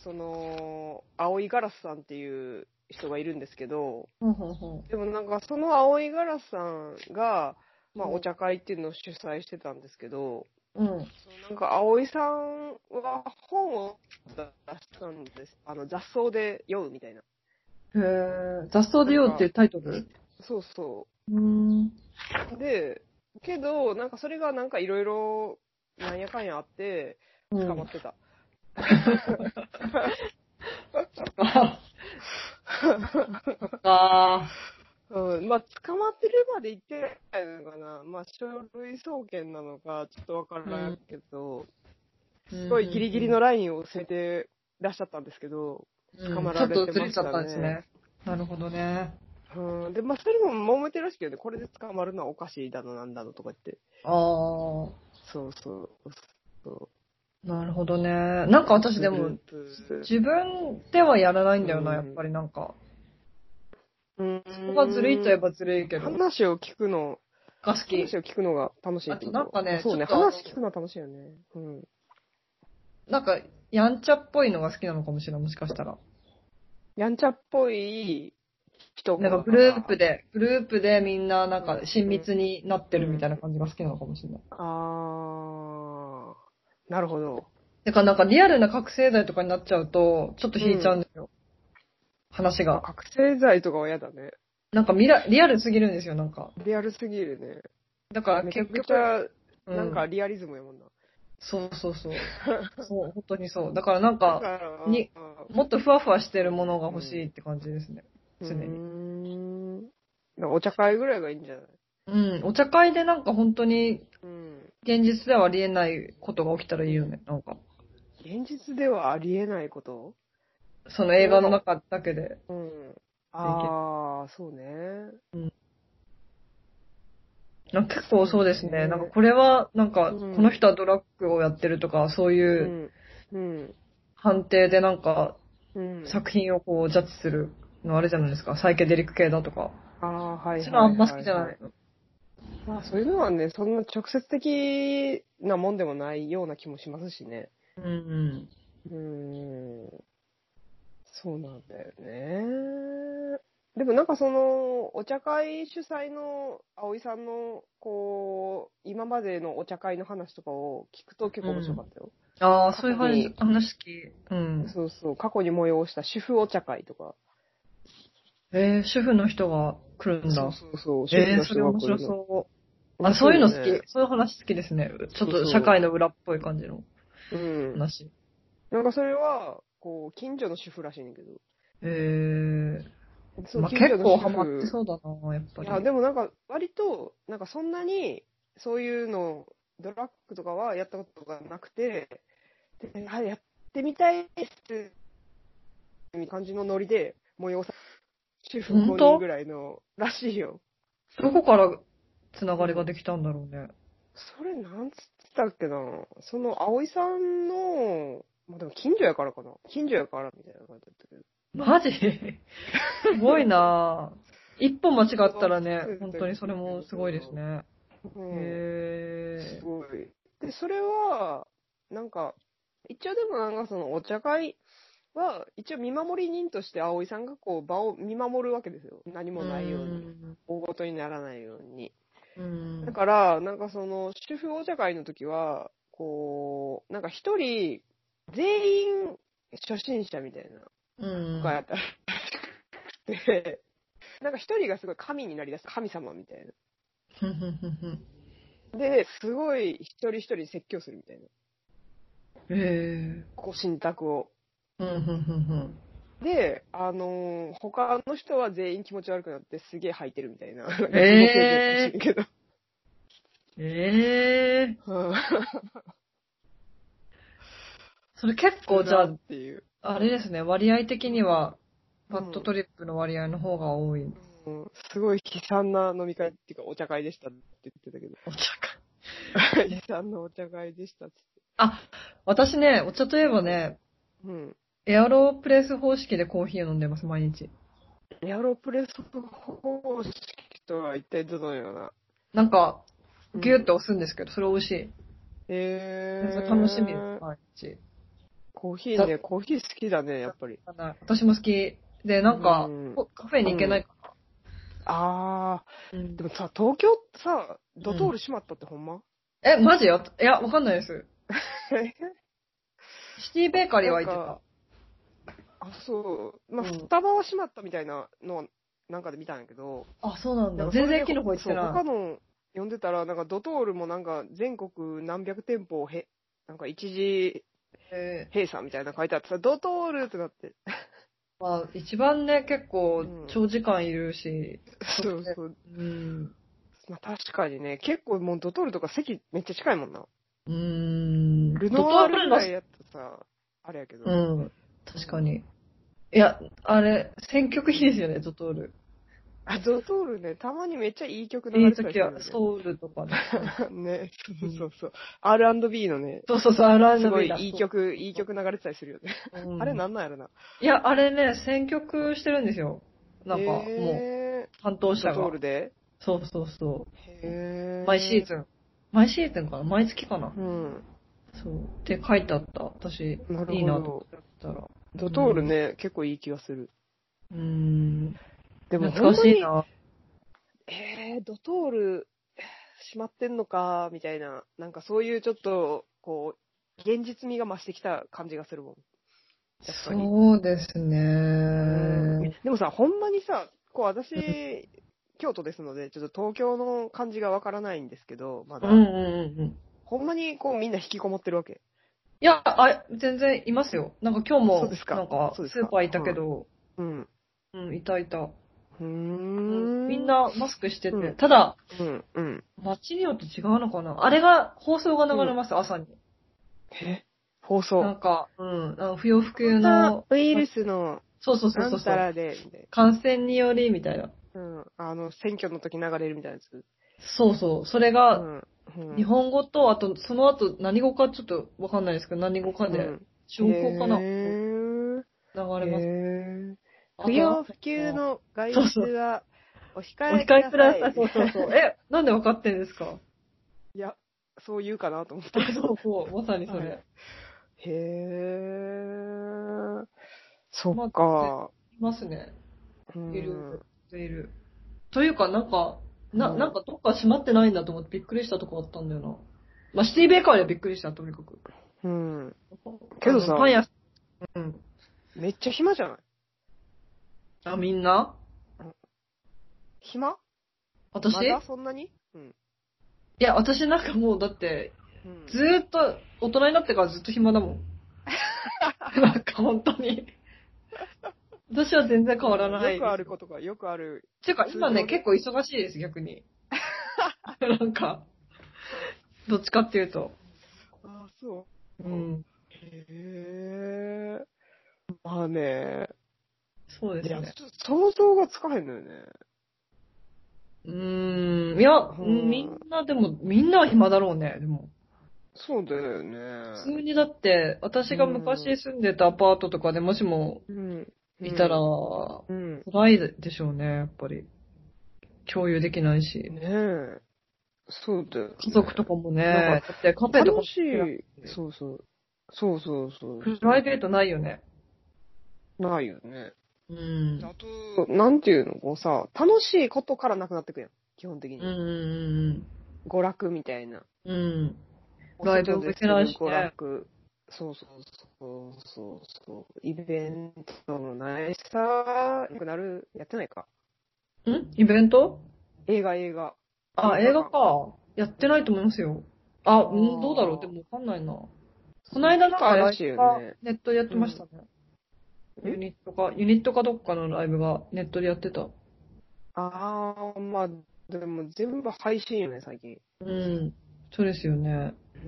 その、青いガラスさんっていう人がいるんですけど、
ほんほんほん
でもなんかその青いガラスさんが、まあ
うん
お茶会っていうのを主催してたんですけど、
うん。
なんか、葵さんは本を出したんです。あの、雑草で酔うみたいな。
へえ、雑草でようっていうタイトル
そうそ
うん。
う。で、けど、なんかそれがなんかいろいろ、なんやかんやあって、
う
捕ま
ん
っ。てた。
ああ
うん、まあ、捕まってるまで行ってないのかな。まあ、書類送検なのか、ちょっとわからないけど、
ー。
す
す
ごいギリギリのラインを攻めてらっしゃったんですけど、捕まられてましたね
ちょっとずれちゃったんですね。なるほどね。
うん、で、まあ、それでも揉めてるらしいけどね、これで捕まるのはおかしいだのなんだのとか言って。
ああ。
そうそう。そう
なるほどね。なんか私でも、、自分ではやらないんだよな、
うん
やっぱりなんか。
うん、
そこがずるいと言えばずるいけど、
話を聞くの、
が好き。
話を聞くのが楽しいってこと
あとなんかね
そうね、
ちょっと
話聞くのは楽しいよね。うん。
なんか、やんちゃっぽいのが好きなのかもしれない、もしかしたら。
やんちゃっぽい人
なんかグループ。で、グループでみんななんか親密になってるみたいな感じが好きなのかもしれない。
あー、なるほど。
だからなんかリアルな覚醒剤とかになっちゃうと、ちょっと引いちゃうんですよ。話が。
覚醒剤とかは嫌だね。
なんかミラリアルすぎるんですよ、なんか。
リアルすぎるね。
だから
めちゃ
結
く
局
ち、ゃ、
うん
なんかリアリズムやもんな。
そうそ うそう。そう、本当にそう。だからなん
だ
か、
から
に
うん
もっとふわふわしてるものが欲しいって感じですね。常に
うーん。なんかお茶会ぐらいがいいんじゃない
うん。お茶会でなんか本当に
うん。
現実ではありえないことが起きたらいいよね。なんか、
現実ではありえないこと
その映画の中だけで。
うん。ああ、そうね。
なんか結構そうです
う
ね。
ん
なんかこれは、なんか、こ
うん
の人はドラッグをやってるとか、そ
う。
ういうん
うん。
判定でなんか、
うん。
作品をこうジャッジするのあれじゃないですか。サイケデリック系だとか。
ああ、はいはいはいはい。
そういうのあんま好きじゃない。。
まあそういうのはね、そんな直接的なもんでもないような気もしますしね。
うん。
うーん。そうなんだよね。でもなんかその、お茶会主催の葵さんの、こう、今までのお茶会の話とかを聞くと結構面白かったよ。
ああ、
過
そ
去
ういう
に
話話好き。うん。
そうそう、過去に催した主婦お茶会とか。
えー、主婦の人が来るん
そ
だ
う。そうそう、主婦
え
の
ー、そ
人
れ
が
面
来る
白
の。
そう。あ、そういうの好
面
き
白よね。
そういう話好きですね。ちょっ
そうそう
と社会の裏っぽい感じの
うん。
話。
なんかそれは、こう、近所の主婦らしいねんだけど。
えー、
そう
まあ、
近所
結
の
構
主婦
ハマってそうだな、やっぱ
い
り。
や、でもなんか、割と、なんかそんなに、そういうの、ドラッグとかはやったことがなくて、であやってみたいです、み感じのノリで、催さ、主婦
本
5
当
人ぐらいの、らしいよ。
どこからつながりができたんだろうね。
それ、なんつってたっけな。その、葵さんの、まあ、でも近所やからかな。近所やから、みたいな感じだったけど。
マジすごいな一歩間違ったらね、本当にそれもすごいですね。
うん
へ
すごい。で、それは、なんか、一応でもなんかそのお茶会は、一応見守り人として葵さんがこう場を見守るわけですよ。何
ー。
もないように。
ん
大ごとにならないように。
うん
だから、なんかその、主婦お茶会の時は、こう、なんか一人、全員初心者みたいな、
うん
とかやったらしくて、 なんか一人がすごい神になりだす、神様みたい
ふんふんふんふん
な。で、すごい一人一人説教するみたいな。
へ
こう、信託を。
ーうんふんふんふん
で、あのー他の人は全員気持ち悪くなってすげえ吐いてるみたいな。
えー
気持ち悪いけ ど
えー。それ結構じゃ
な
あ
っ、ていう。
あれですね、割合的には、バッドトリップの割合の方が多い。
うんすごい悲惨な飲み会っていうかお茶会でしたって言ってたけど。
お茶会
悲惨なお茶会でしたっつって。
私ね、お茶といえばね、
うん。
エアロプレス方式でコーヒーを飲んでます、毎日。
エアロプレス方式とは一体どのような。
なんか、
うん
ギュッと押すんですけど、それ美味しい。そ
え
れ
ー。
楽しみです、毎日。
コーヒーね、コーヒー好きだね、やっぱり。
私も好き。で、なんか
うん、
こカフェに行けないか
あ
な。
ー。でもさ、東京さ、ドトール閉まったってほん ま、
え、マジやいや、わかんないです。
え
シティベーカリーは行って
なん
た
か。あ、そう。まあ、
うん
スタバは閉まったみたいなのは、なんかで見たんやけど。
あ、そうなん
な
だ。
んかそれ
全
で
然キノコ行って
そう他
な
の読んでたら、なんかドトールもなんか全国何百店舗をへ、なんか一時
い。え
閉鎖みたいなの書いてあってさ、ドトールってなって。
ーまあ、一番ね、結構
うん、
長時間いるし。
そうそう。
うん。
まあ確かにね、結構もうドトールとか席めっちゃ近いもんな。
うーん。
ルノワールぐ
ドトー
ら
ル
い
の
やったらさ、あれやけど。
うん。確かに。いや、あれ、選曲いいですよね、ドトール。
あ、ドトールね、たまにめっちゃいい曲流
い
れ
い
てたり
時
するよ
は、
ね。
ソウルとかね。
ね、そうそうそう。R&B のね、
そうそうそう、あるある
すごいいい。曲、いい曲流れてたりするよね。
うん
あれなんなんやろな。
いや、あれね、選曲してるんですよ。なんか、もう、
へ
担当
ー
者
ドト
が
ー。ルで
そうそうそ
へ
う。
ー
毎シーズン。毎シーズンかな毎月かな
うん。
そう。って書いてあった。私、
なるほど
いいなと思ったら。
ドトールね、結構いい気がする。
うーん。
でも、
懐かしい
ほんま
な。
に。えー、ドトール、閉まってんのか、みたいな。なんかそういうちょっと、こう、現実味が増してきた感じがするもん。やっぱり
そうです
うん
ね。
でもさ、ほんまにさ、こう私、京都ですので、ちょっと東京の感じがわからないんですけど、ま
う
だ。
んうんうんうん。
ほんまにこうみんな引きこもってるわけ。
いや、あ、全然いますよ。なんか今日も、
そうですか
なんか、ス
そうですか
ーパーいたけど、
うん。
うん、いたいた。
うーん。
みん、なマスクしてて、
うん
ただ、
うん、うん。
街によって違うのかなあれが、放送が流れます、朝に。
え放
な
送。
んか、うん、あの不要不急
あ
の、
ウイルスの、
そうそうそ
な
うそうんそ
た
う、
らで、みたいな。
感染により、みたいな。
うん。あの、選挙の時流れるみたいなやつ。
そうそう、それ
う
が、
ん。うん
日本語と、あと、その後、何語かちょっとわかんないですけど、何語かで、証拠かな、
へ
流
ー
れます。
へー
あと
不要不急の外出は、お
お
控えくだ
控
さ
え
い。
ください。そうそう そう。え、なんでわかってんですか
いや、そう言うかなと思って。
そうそう、まさにそれ。
へー。そっか。
いますね。
うん
いるいる。というか、なんか、な、
うん
なんかどっか閉まってないんだと思ってびっくりしたとこあったんだよな。まあ、シティベーカーではびっくりした、とにかく。
うん。けどさ
あのパン屋、うん。
めっちゃ暇じゃない
あ、みんな
暇
私、
ま
い
だそんなにうん。
や、私なんかもうだって、
うん
ずーっと、大人になってからずっと暇だも ん。なんか本当に。私は全然変わらない。
よくあることが、よくある。
ていうか、今ね、
通常
結構忙しいです、逆 に。なんか、どっちかっていうと。。
あ、そううんへえ。まあね。
そうで
い
す
や、
ね。
ちょ想像がつかへんのよね。
うーん。いや、
ん
みんなでも、みんなは暇だろうね、でも。
そうだよ
普通
ね。
にだって、私が昔住んでたアパートとかでもしも
うん。
いたら、
うん。
辛いでしょうね、やっぱり。共有できないし。
ねえ。そうだよ、ね。
家族とかも
な
ね
ん、
だってカフェとかも
楽しい。そうそう。そうそうそう。
プライベートないよね。
ないよね。
うん。
あと、なんていうのこうさ、楽しいことからなくなってくやん。基本的に。
うんうん
娯楽みたいな。
うんうん。うん。
お
ライブも
外です
行けないしね
る娯楽。そうそうそうそうそう。イベントもないしさ、よくなる、やってないか。
んイベント
映画映画。
あ、映
映画
画
館
か。やってないと思いますよ。あ、う
あ
ん、
ー
どうだろうでもわかんないな。この間なんか
な
ラ
んか怪しい
イブ
よ
が
ね
ネットでやってましたね。
うん
ユニットか、ユニットかどっかのライブがネットでやってた。
あー、まあ、でも全部配信よね、最近。
うん。そうですよね。
うー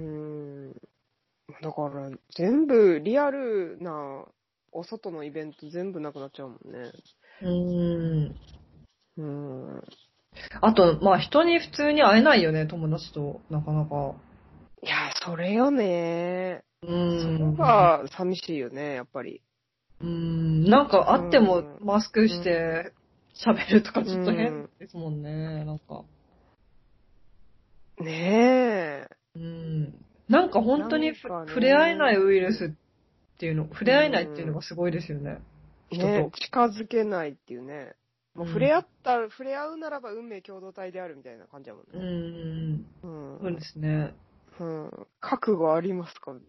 ん。だから、全部リアルな、お外のイベント全部なくなっちゃうもんね。
うん。
うーん。
あと、まあ人に普通に会えないよね、友達と。なかなか。
いや、それよね。
うん。
そこが寂しいよね、やっぱり。
うん。なんか会っても
うん
マスクして喋るとかちょっと
うん
変ですもんね、なんか。
ねえ。
うんなんか本当にふ
なんかね
触れ合えないウイルスっていうの、触れ合えないっていうのがすごいですよね。人と
ね近づけないっていうね。もう触れ合
合
ったら、触れ合うならば運命共同体であるみたいな感じやも
うん
ね。
ん。
うん。
そうですね。
うん。覚悟ありますか
うん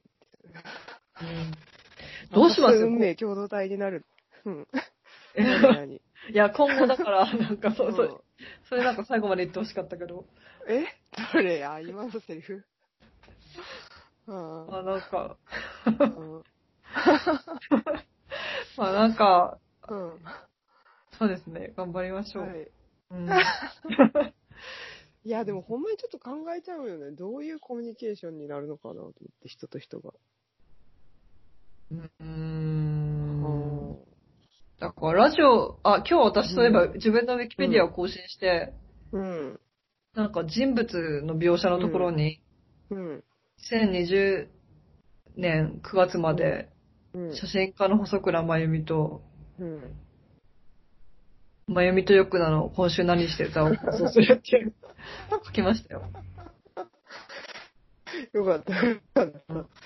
どうします
私運命共同体になる。うん。何
い
何
や、今後だから、なんかそう、そうう、それなんか最後まで言ってほしかったけど、
んえどれあ、今のセリフ。 うん
まあなんか、
うん
まあなんか、
うん。
そうですね、頑張りましょ
は
う。
い。
うん
いや、でもほんまにちょっと考えちゃうよね。どういうコミュニケーションになるのかなと思って、人と人が。
う。
うん
だからラジオ、あ、今日私そういえば自分のウィキペディアを更新して、
うん。
なんか人物の描写のところに、
うん。
2020年9月まで、
うん。
写真家の細倉真由美と、
うん。
真由美とよくなの今週何してたを放送するっていう、書きましたよ。
よかった。よかった
うん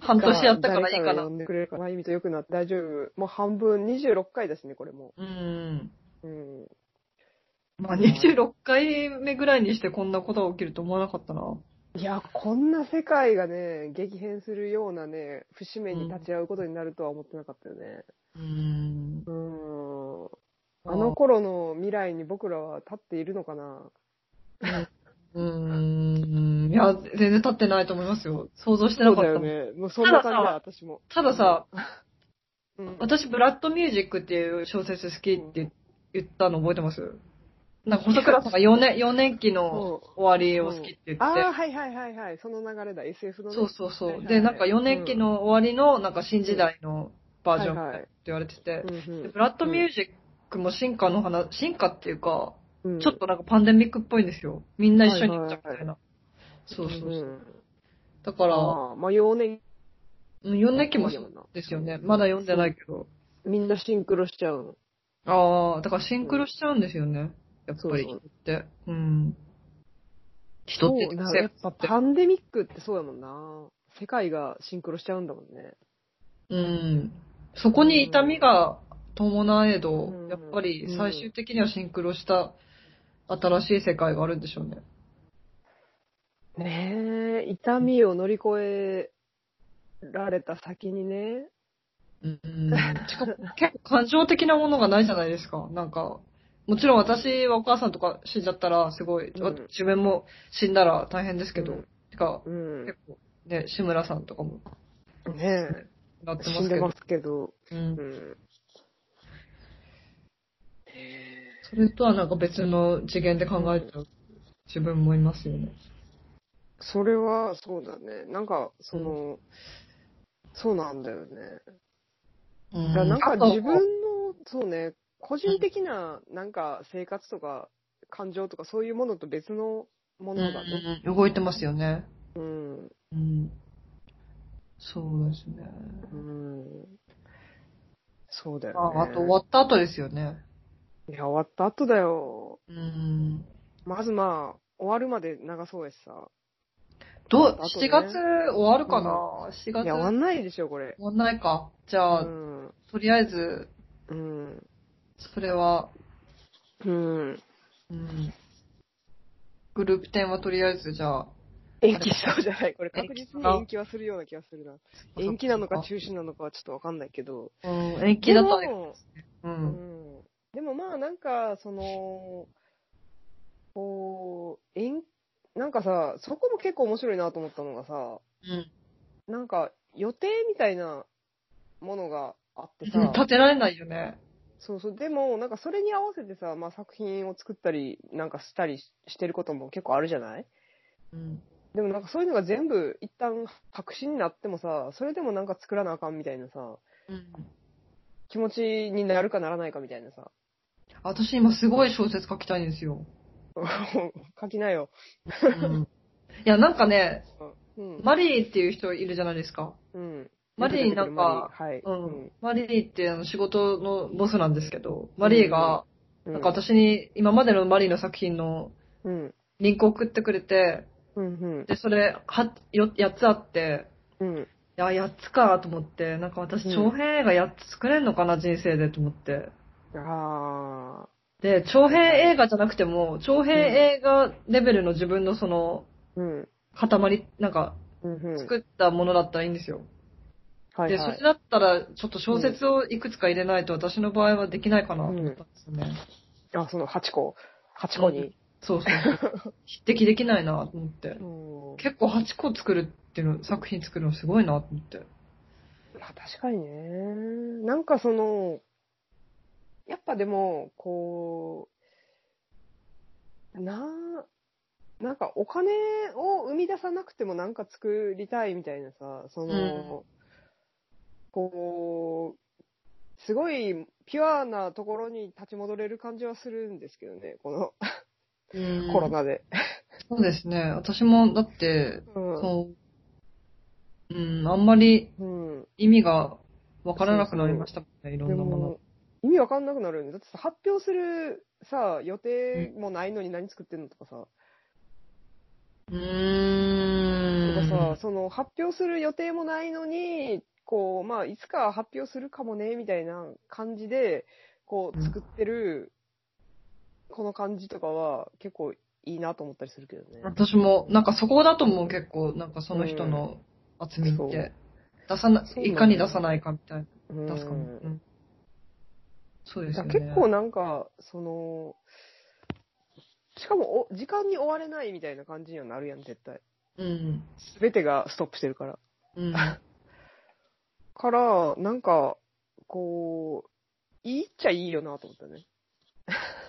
半年やったからいいか
誰
な
が呼んでくれるか。まゆみとよくなって大丈夫。もう半分、26回だしね、これも
うん。
う。うん。
まあ、26回目ぐらいにしてこんなことが起きると思わなかったな。
いや、こんな世界がね、激変するようなね、節目に立ち会うことになるとは思ってなかったよね。
うん
う。ん。あの頃の未来に僕らは立っているのかな
うん。いや、全然立ってないと思いますよ。想像してなかったもん。
ね。もうそんな感じだ、私も。
たださ、
うん
私、ブラッドミュージックっていう小説好きって言ったの覚えてますなんか、細倉さんが4年、4年期の終わりを好きって言って。
ああ、はいはいはいはい。その流れだ、SF のね。
そうそうそ。
はいうはい
で、なんか4年期の終わりの、なんか新時代のバージョンみたい
はい
な
はい
って言われてて
う。ん
でブラッドミュージックも進化の話、進化っていうか、
うんうん
ちょっとなんかパンデミックっぽいんですよ。みんな一緒に行っちゃうみたいな。そうそうそう。
ん
だから、
ああまあ、幼年
うん4年期も
いいよな
ですよね。まだ読んでないけど。
みんなシンクロしちゃう
ああ、だからシンクロしちゃうんですよね。やっぱ
そう
り人
そう
って。うん。人って
そうなやっぱ
て
パンデミックってそうやもんな。世界がシンクロしちゃうんだもんね。
うん。そこに痛みが伴えど、
うん
やっぱり最終的にはシンクロした新しい世界があるんでしょうね。
ねえ、痛みを乗り越えられた先にね。
うん。しかも結構感情的なものがないじゃないですか。なんか、もちろん私はお母さんとか死んじゃったらすごい、
うん
自分も死んだら大変ですけど、
うん
てか、
うん。ね
結構ね、志村さんとかも
え、
なって
死
ま
ん
す
で
けど
ま、すけど。
うん
う、ん。
それとはなんか別の次元で考えちゃう自分もいますよね。
それは、そうだね。なんか、その、そうなんだよね。
う
だからなんか
あと
自分の、そうね、個人的な、なんか生活とか、感情とかそういうものと別のも
うん
のだね。
うん動いてますよね。
うん。
うん。そうですね。
うん。そうだよね。
ああと終わった後ですよね。
いや、終わった後だよ。
うん。
まずまあ、終わるまで長そうやしさ。
ど
あ
う、
とね
7月終わるかな ?7
い
月
や、終わ
終
んないでしょ、これ。
わんないか。じ
う
ゃあ、
ん。
とりあえず、
うん。
それは、
うん。
うん。グループ展はとりあえず、じゃあ、
延期しそうじゃないこれ確
延期
実
か
に延期はするような気がするな。延期なのか中止なのかはちょっとわかんないけど。
うん、延期だった
で
ね。
も
う。
うんん。でもまあ、なんか、その、こう、延、なんかさ、そこも結構面白いなと思ったのがさ、
うん。
なんか、予定みたいなものがあってさ、
立てられないよね。
そうそう。でも、なんかそれに合わせてさ、まあ作品を作ったり、なんかしたりししてることも結構あるじゃない
うん。
でもなんかそういうのが全部一旦白紙になってもさ、それでもなんか作らなあかんみたいなさ、
うん。
気持ちになるかならないかみたいなさ。
私今すごい小説書きたいんですよ。
書きなよ。
うん。いや、なんかね、
うん。
マリーっていう人いるじゃないですか。
うん。
マリーなんか、
はい。
うん。マリーってあの仕事のボスなんですけど、マリーが、
うん。
なんか私に今までのマリーの作品の
うん。
リンクを送ってくれて、
うん。
で、それ、は、よ、8つあって、
うん。
いや、8つかと思って、なんか私、長編映画8つ作れんのかな、人生でと思って。
うん。あ
で、長編映画じゃなくても、長編映画レベルの自分のその、
ー。うん。
塊、なんか、
うん。うん。
作ったものだったらいいんですよ。
はい
で、
は
それ
い。
だったら、ちょっと小説をいくつか入れないと私の場合はできないかなと思ったんですよね。
あ、その8個。8個に。
そうそ うそう。匹敵できないなと思って。
うん。
結構8個作るっていうの、作品作るのすごいなと思って。
まあ確かにね。なんかその、やっぱでも、こう、な、なんかお金を生み出さなくてもなんか作りたいみたいなさ、その、こう、すごいピュアなところに立ち戻れる感じはするんですけどね、このコロナで。
そうですね。私も、だって、
うん。
そう、うん、あんまり
うん
意味がわからなくなりましたもんね、いろ
で
んなもの。
も、意味わかんなくなるよね。だってさ発表するさ、予定もないのに何作ってんのとかさ。
うー
とか
ん
さ、。その発表する予定もないのに、こう、まあ、いつか発表するかもね、みたいな感じで、こ
う
うん作ってる、この感じとかは結構いいなと思ったりするけどね。
私も、なんかそこだと思う、結構、なんかその人の厚みっ
うんそう
て。出さな
そうなんだ、よ
いかに出さないかみたいな。
うん
確かに。うんそうです
だ
よね。
から結構なんか、その、しかもお、時間に追われないみたいな感じにはなるやん、絶対。
うん。
すべてがストップしてるから。
うん。
から、なんか、こう、いいっちゃいいよなと思ったね。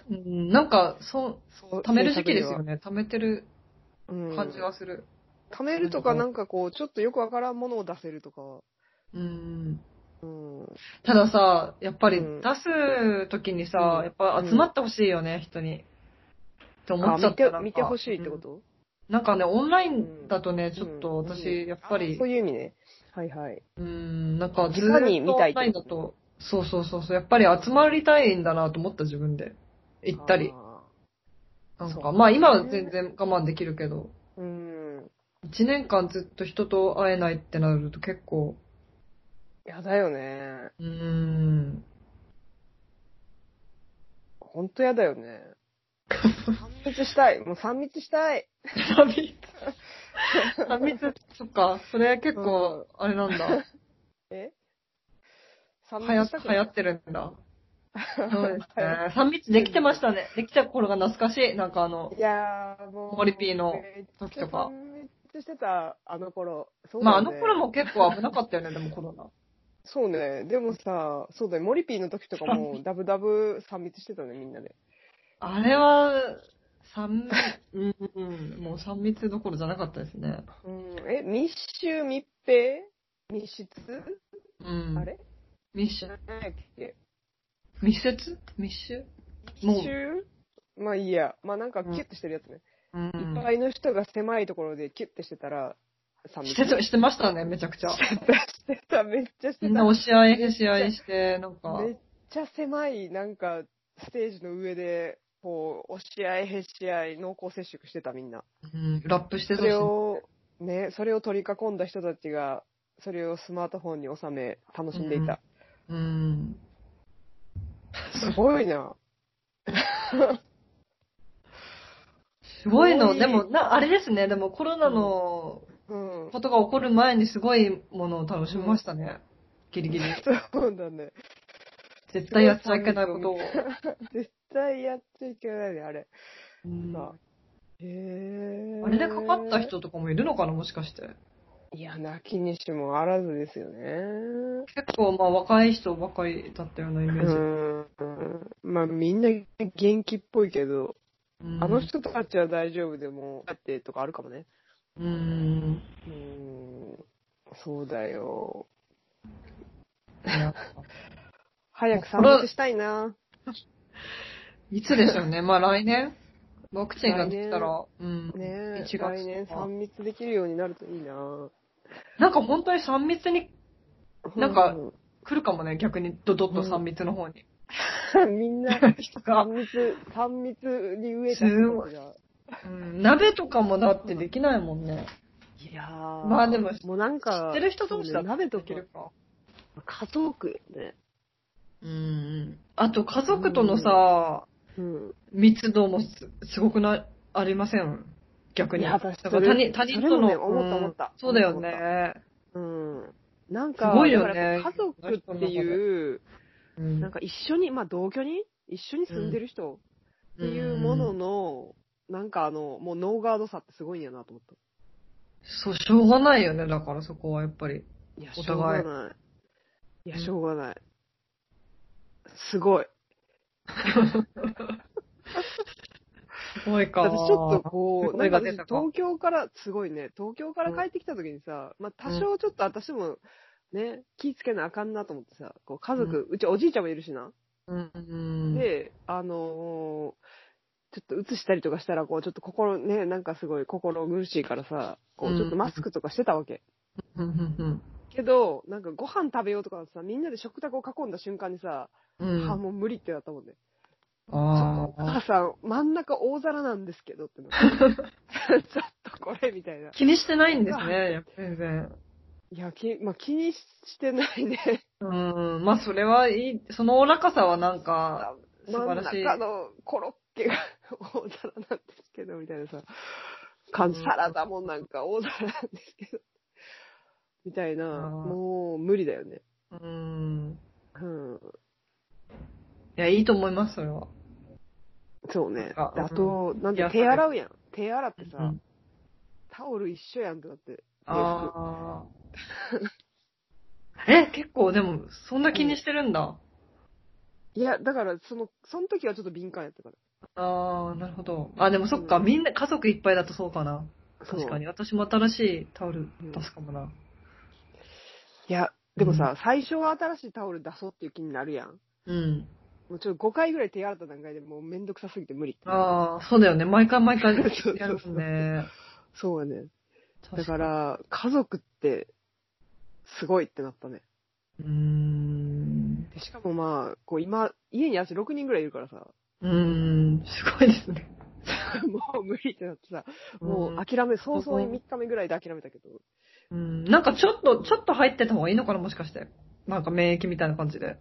うんなんか、 そう、
そう
貯める時期ですよね。貯めてる
うん
感じがする。
貯めるとか、なんかこう、ちょっとよくわからんものを出せるとか。
うん。
うん。
たださ、やっぱり
うん
出す時にさ
う、ん
やっぱ集まってほしいよね、人に。って思
あ
っちゃ
見
った
て
なんか。、
見てほしいってこ
うん
と
なんかね、オンラインだとね、ちょっと
う
私、
ん
やっぱ
あ
り
そう、いう意味ね。はいはい。
うん、なんか、ず
直に
ーっ
見
とオ
たい
ン
ってこと
ラインだと、そうそうそうそう、やっぱり集まりたいんだなと思った自分で。行ったり。
あ
な
そ
ん
う
か、
か
まあ今は全然我慢できるけど、
ー。うん。
一年間ずっと人と会えないってなると結構、
やだよね。
うーん、
と嫌だよね。3密したい。もう3密したい。
三密。 三密、そっか、それ結構、あれなん だ。
え
流
?3
行
密
っ
したく
流
ない
行ってるんだ。 そうですね。三密できてましたね。できた頃が懐かしい。なんかあの
い、やー、もう。
森 P の時とか。
めっちゃしてた、あの頃。そうだ
まあ、
よ
あ
ね
の頃。も結構危なかったよね、でもコロナ。
そうね。でもさ、そうだよ。モリピーの時とかも、ダブダブ3密してたね、みんなで。
あれは、三、うん、うんもう三密どころじゃなかったですね。
うん。え、密集、密閉密室、
うん。
あれ
密集
何やっけ
密接密集もう
密集まあいいや。まあなんかキュッとしてるやつね。
う
いっ
ん
ぱ。いの人が狭いところでキュッてしてたら、3密。
してたしてましたね、めちゃ くちゃ。
してた、めっちゃして
み
た。
んな
め
押し合い、へし合いして、なんか、
っちゃ狭い、なんか、ステージの上で、こう、押し合い、へし合い、濃厚接触してたみんな。
うん、ラップして
そ
たし
れ、を、ね、それを取り囲んだ人たちが、それをスマートフォンに収め、楽しんでいた。
うん。
すごいな。
すごい
すご
の、
い
でも、な、あれですね、でもコロナの
うん。
ことが起こる前にすごいものを楽しみましたね。ギリ ギリ。
そうだね。
絶対やっちゃいけないことを。
絶対やっちゃいけないね、あれ。
うん
さへえ。
あれでかかった人とかもいるのかな、もしかして。
いや、泣きにしもあらずですよね。
結構、まあ、若い人ばかりだったようなイメージ。
うーんまあみんな元気っぽいけど、
うん
あの人たちは大丈夫でも、だってとかあるかもね。
うん。
うーん、そうだよ。
いや
早く散髪したいな。
いつでしょうね、まあ、来年ワクチンができたら、うん。
ねえ、
1月
来年
とか
3密できるようになるといいな。
なんか本当に3密になんか
う
来るかもね、逆にドドッと3密の方に。
ん、 みんな
人が
3、密、3密に植えた人たちが。
うん、鍋とかもだってできないもんね。
いやー
まあでも
もうなんか、
知ってる人同士
そ
だ
うね鍋と
で
か
き、るか。
家族よね。
うんうん。あと家族とのさ、
うん。
密度もすすごくな、ありません逆に。
いや私
だから
そ
他
れ
人、他人との。
それもね思った思った
うんそうだよ
思っ
ね。
うん。なんか、
すごいよね
だからやっぱ家族っていう、
うん
なんか一緒に、まあ同居人一緒に住んでる人っていうもの
ん
の、なんかあの、もうノーガードさってすごいんやなと思っ
そう、しょうがないよね。だからそこはやっぱり。
た。いや、
お
しょう
互い
がない。いや、
うん
しょうがない。すごい。
すごいか。
だってちょっとこう、な
声
んか
が
私
出たか
東京から、すごいね、東京から帰ってきた時にさ、まあ多少ちょっと私も、ね、気ぃつけなあかんなと思ってさ、こう家族、うちおじいちゃんもいるしな。
うんうん。
で、あのーちょっと移したりとかしたら、こう、ちょっと心、ね、なんかすごい心苦しいからさ、こ
うん
う、ちょっとマスクとかしてたわけ。
うんうん
けど、なんかご飯食べようとかさ、みんなで食卓を囲んだ瞬間にさ、
う
あ
ん。
あ、もう無理ってなったもんね。ちょっ
あ
とお
あ
母。さん、真ん中大皿なんですけどってな ってちょっとこれみたいな。い
気にしてないんですね、やっぱ全然。
や、きまあ、気にしてないね。
うん、まあそれはいい、そのおらかさはなんか、素
真
晴
ん
らしい。
中のコロッケが大皿なんですけど、みたいなさ、感じ、
うん
サラダもなんか大皿なんですけど、 みたいな、
うん
もう無理だよね。
うん。
うん。
いや、いいと思います、それは。
そうね。
あ
あと、なん
い
で
や
手洗うやん。手洗って
う
さ
ん、
タオル一緒やんってなって。
あ あ。え、結構でも、そんな気にしてるんだ。
いや、だから、その、その時はちょっと敏感やったから。
ああ、なるほど。あ、でもそっか、みんな、家族いっぱいだとそうかな。
そう
確かに。。私も新しいタオル出すかもな。
いや、でもさ、最初は新しいタオル出そうっていう気になるやん。
うん。
もうちょっと5回ぐらい手洗った段階でもうめんどくさすぎて無理って。
ああ、そうだよね。毎回毎回
そう
やるもんね。
そうやね。だ
確か
か
に。
ら、家族って、すごいってなったね。
うーん。
でしかもまあ、こう今、家に私6人ぐらいいるからさ、
うーん、すごいですね。
もう無理ってなってさ、もう諦め、早々に3日目ぐらいで諦めたけど、
うん、なんかちょっと、ちょっと入ってた方がいいのかな、もしかして。なんか免疫みたいな感じで。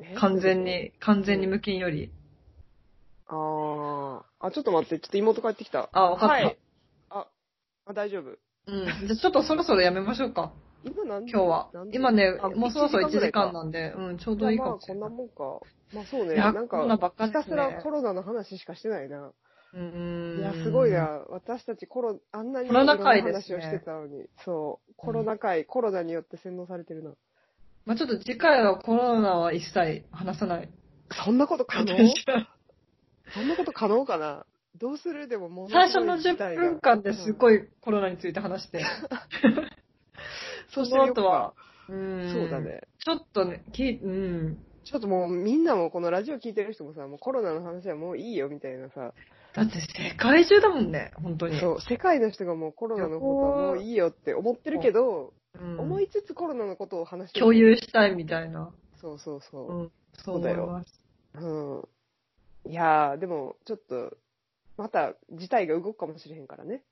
え
完全。に、完全に無菌より。
あー。あ、ちょっと待って、ちょっと妹帰ってきた。
あ、わかった。
はいあ、あ大丈夫。
うん。じゃあちょっとそろそろやめましょうか、
今何
今日は
何。時
今ね
あ、
もうそろそろ1時間
の。
なんで、うん、ちょう
じゃ
ど
あ
いいか
まあ、
もし
こ
れ
ん
な。
ないもんか。まあそうね。
いや、
なん
こんな
か、
ばっか
ひ
りで
た
す
すら
ね
コ。ロナの話しかしてないな。
うーん
いや、すごい。な。私たちコロ、あんなに
コロナ禍
いろんな
です
話
ね
をしてたのに。そう。コロナ禍、コロナによって洗脳されてるな。
まあちょっと次回はコロナは一切話さない。
そんなこと可能 そんなこと可能かなどうするでももう
最初の10分間ですごいコロナについて話して、その後は、、うん
そうだ。ね。
ちょっとね、きうん。
ちょっともうみんなもこのラジオ聞いてる人もさ、もうコロナの話はもういいよみたいなさ、
だって世界中だもんね、本当に。
そう、世界の人がもうコロナのことはもういいよって思ってるけど、
うん
思いつつコロナのことを話してる
共。有したいみたいな。
そうそう
う
そ
ん。そう
うだよ
思います。
う。うん。いやー、でもちょっと、また事態が動くかもしれへんからね。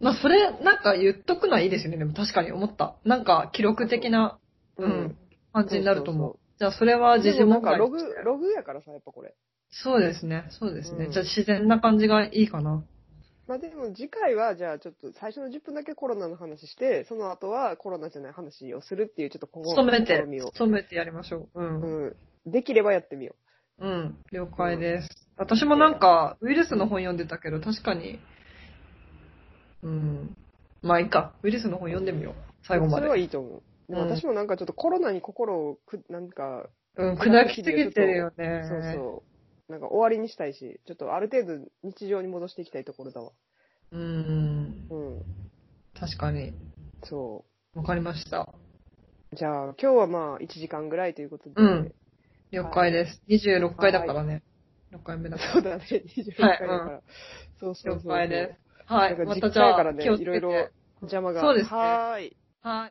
まあそれ、なんか言っとくのはいいですよね、でも確かに思った。なんか記録的なうん感じになると思う。じゃあそれは
で
時事
もな
問
んか
題
ログ、ログやからさ、やっぱこれ。
そうですね、そうですね。
うん
じゃあ自然な感じがいいかな。
まあでも次回はじゃあちょっと最初の10分だけコロナの話して、その後はコロナじゃない話をするっていうちょっと今後
努めて
試みを、、
努めてやりましょう。う。
うんん。できればやってみよ
うん、了解です。私もなんか、ウイルスの本読んでたけど、確かに、うん。まあいいか。ウイルスの本読んでみよう。
う。
最後ま
それ
で。
はいいと思う。でも
うん
私もなんかちょっとコロナに心をく、なんか、
うん、砕きすぎてるよね。
そうそう。なんか終わりにしたいし、ちょっとある程度日常に戻していきたいところだわ。
うん、
うん。
確かに。
そ
わかりました。
う。じゃあ今日はまあ1時間ぐらいということで。
うん了解です。26回だからね。6回目だか
そうだね。26回だから。
は
そうそうそう
ら。了
そう。
解です。はい。
なん
ま
か
た
実
じゃ
家
あ、
からね、
気をつ
い
け
ろ
て
いろ邪魔が。
そうですね
はーい。
はい。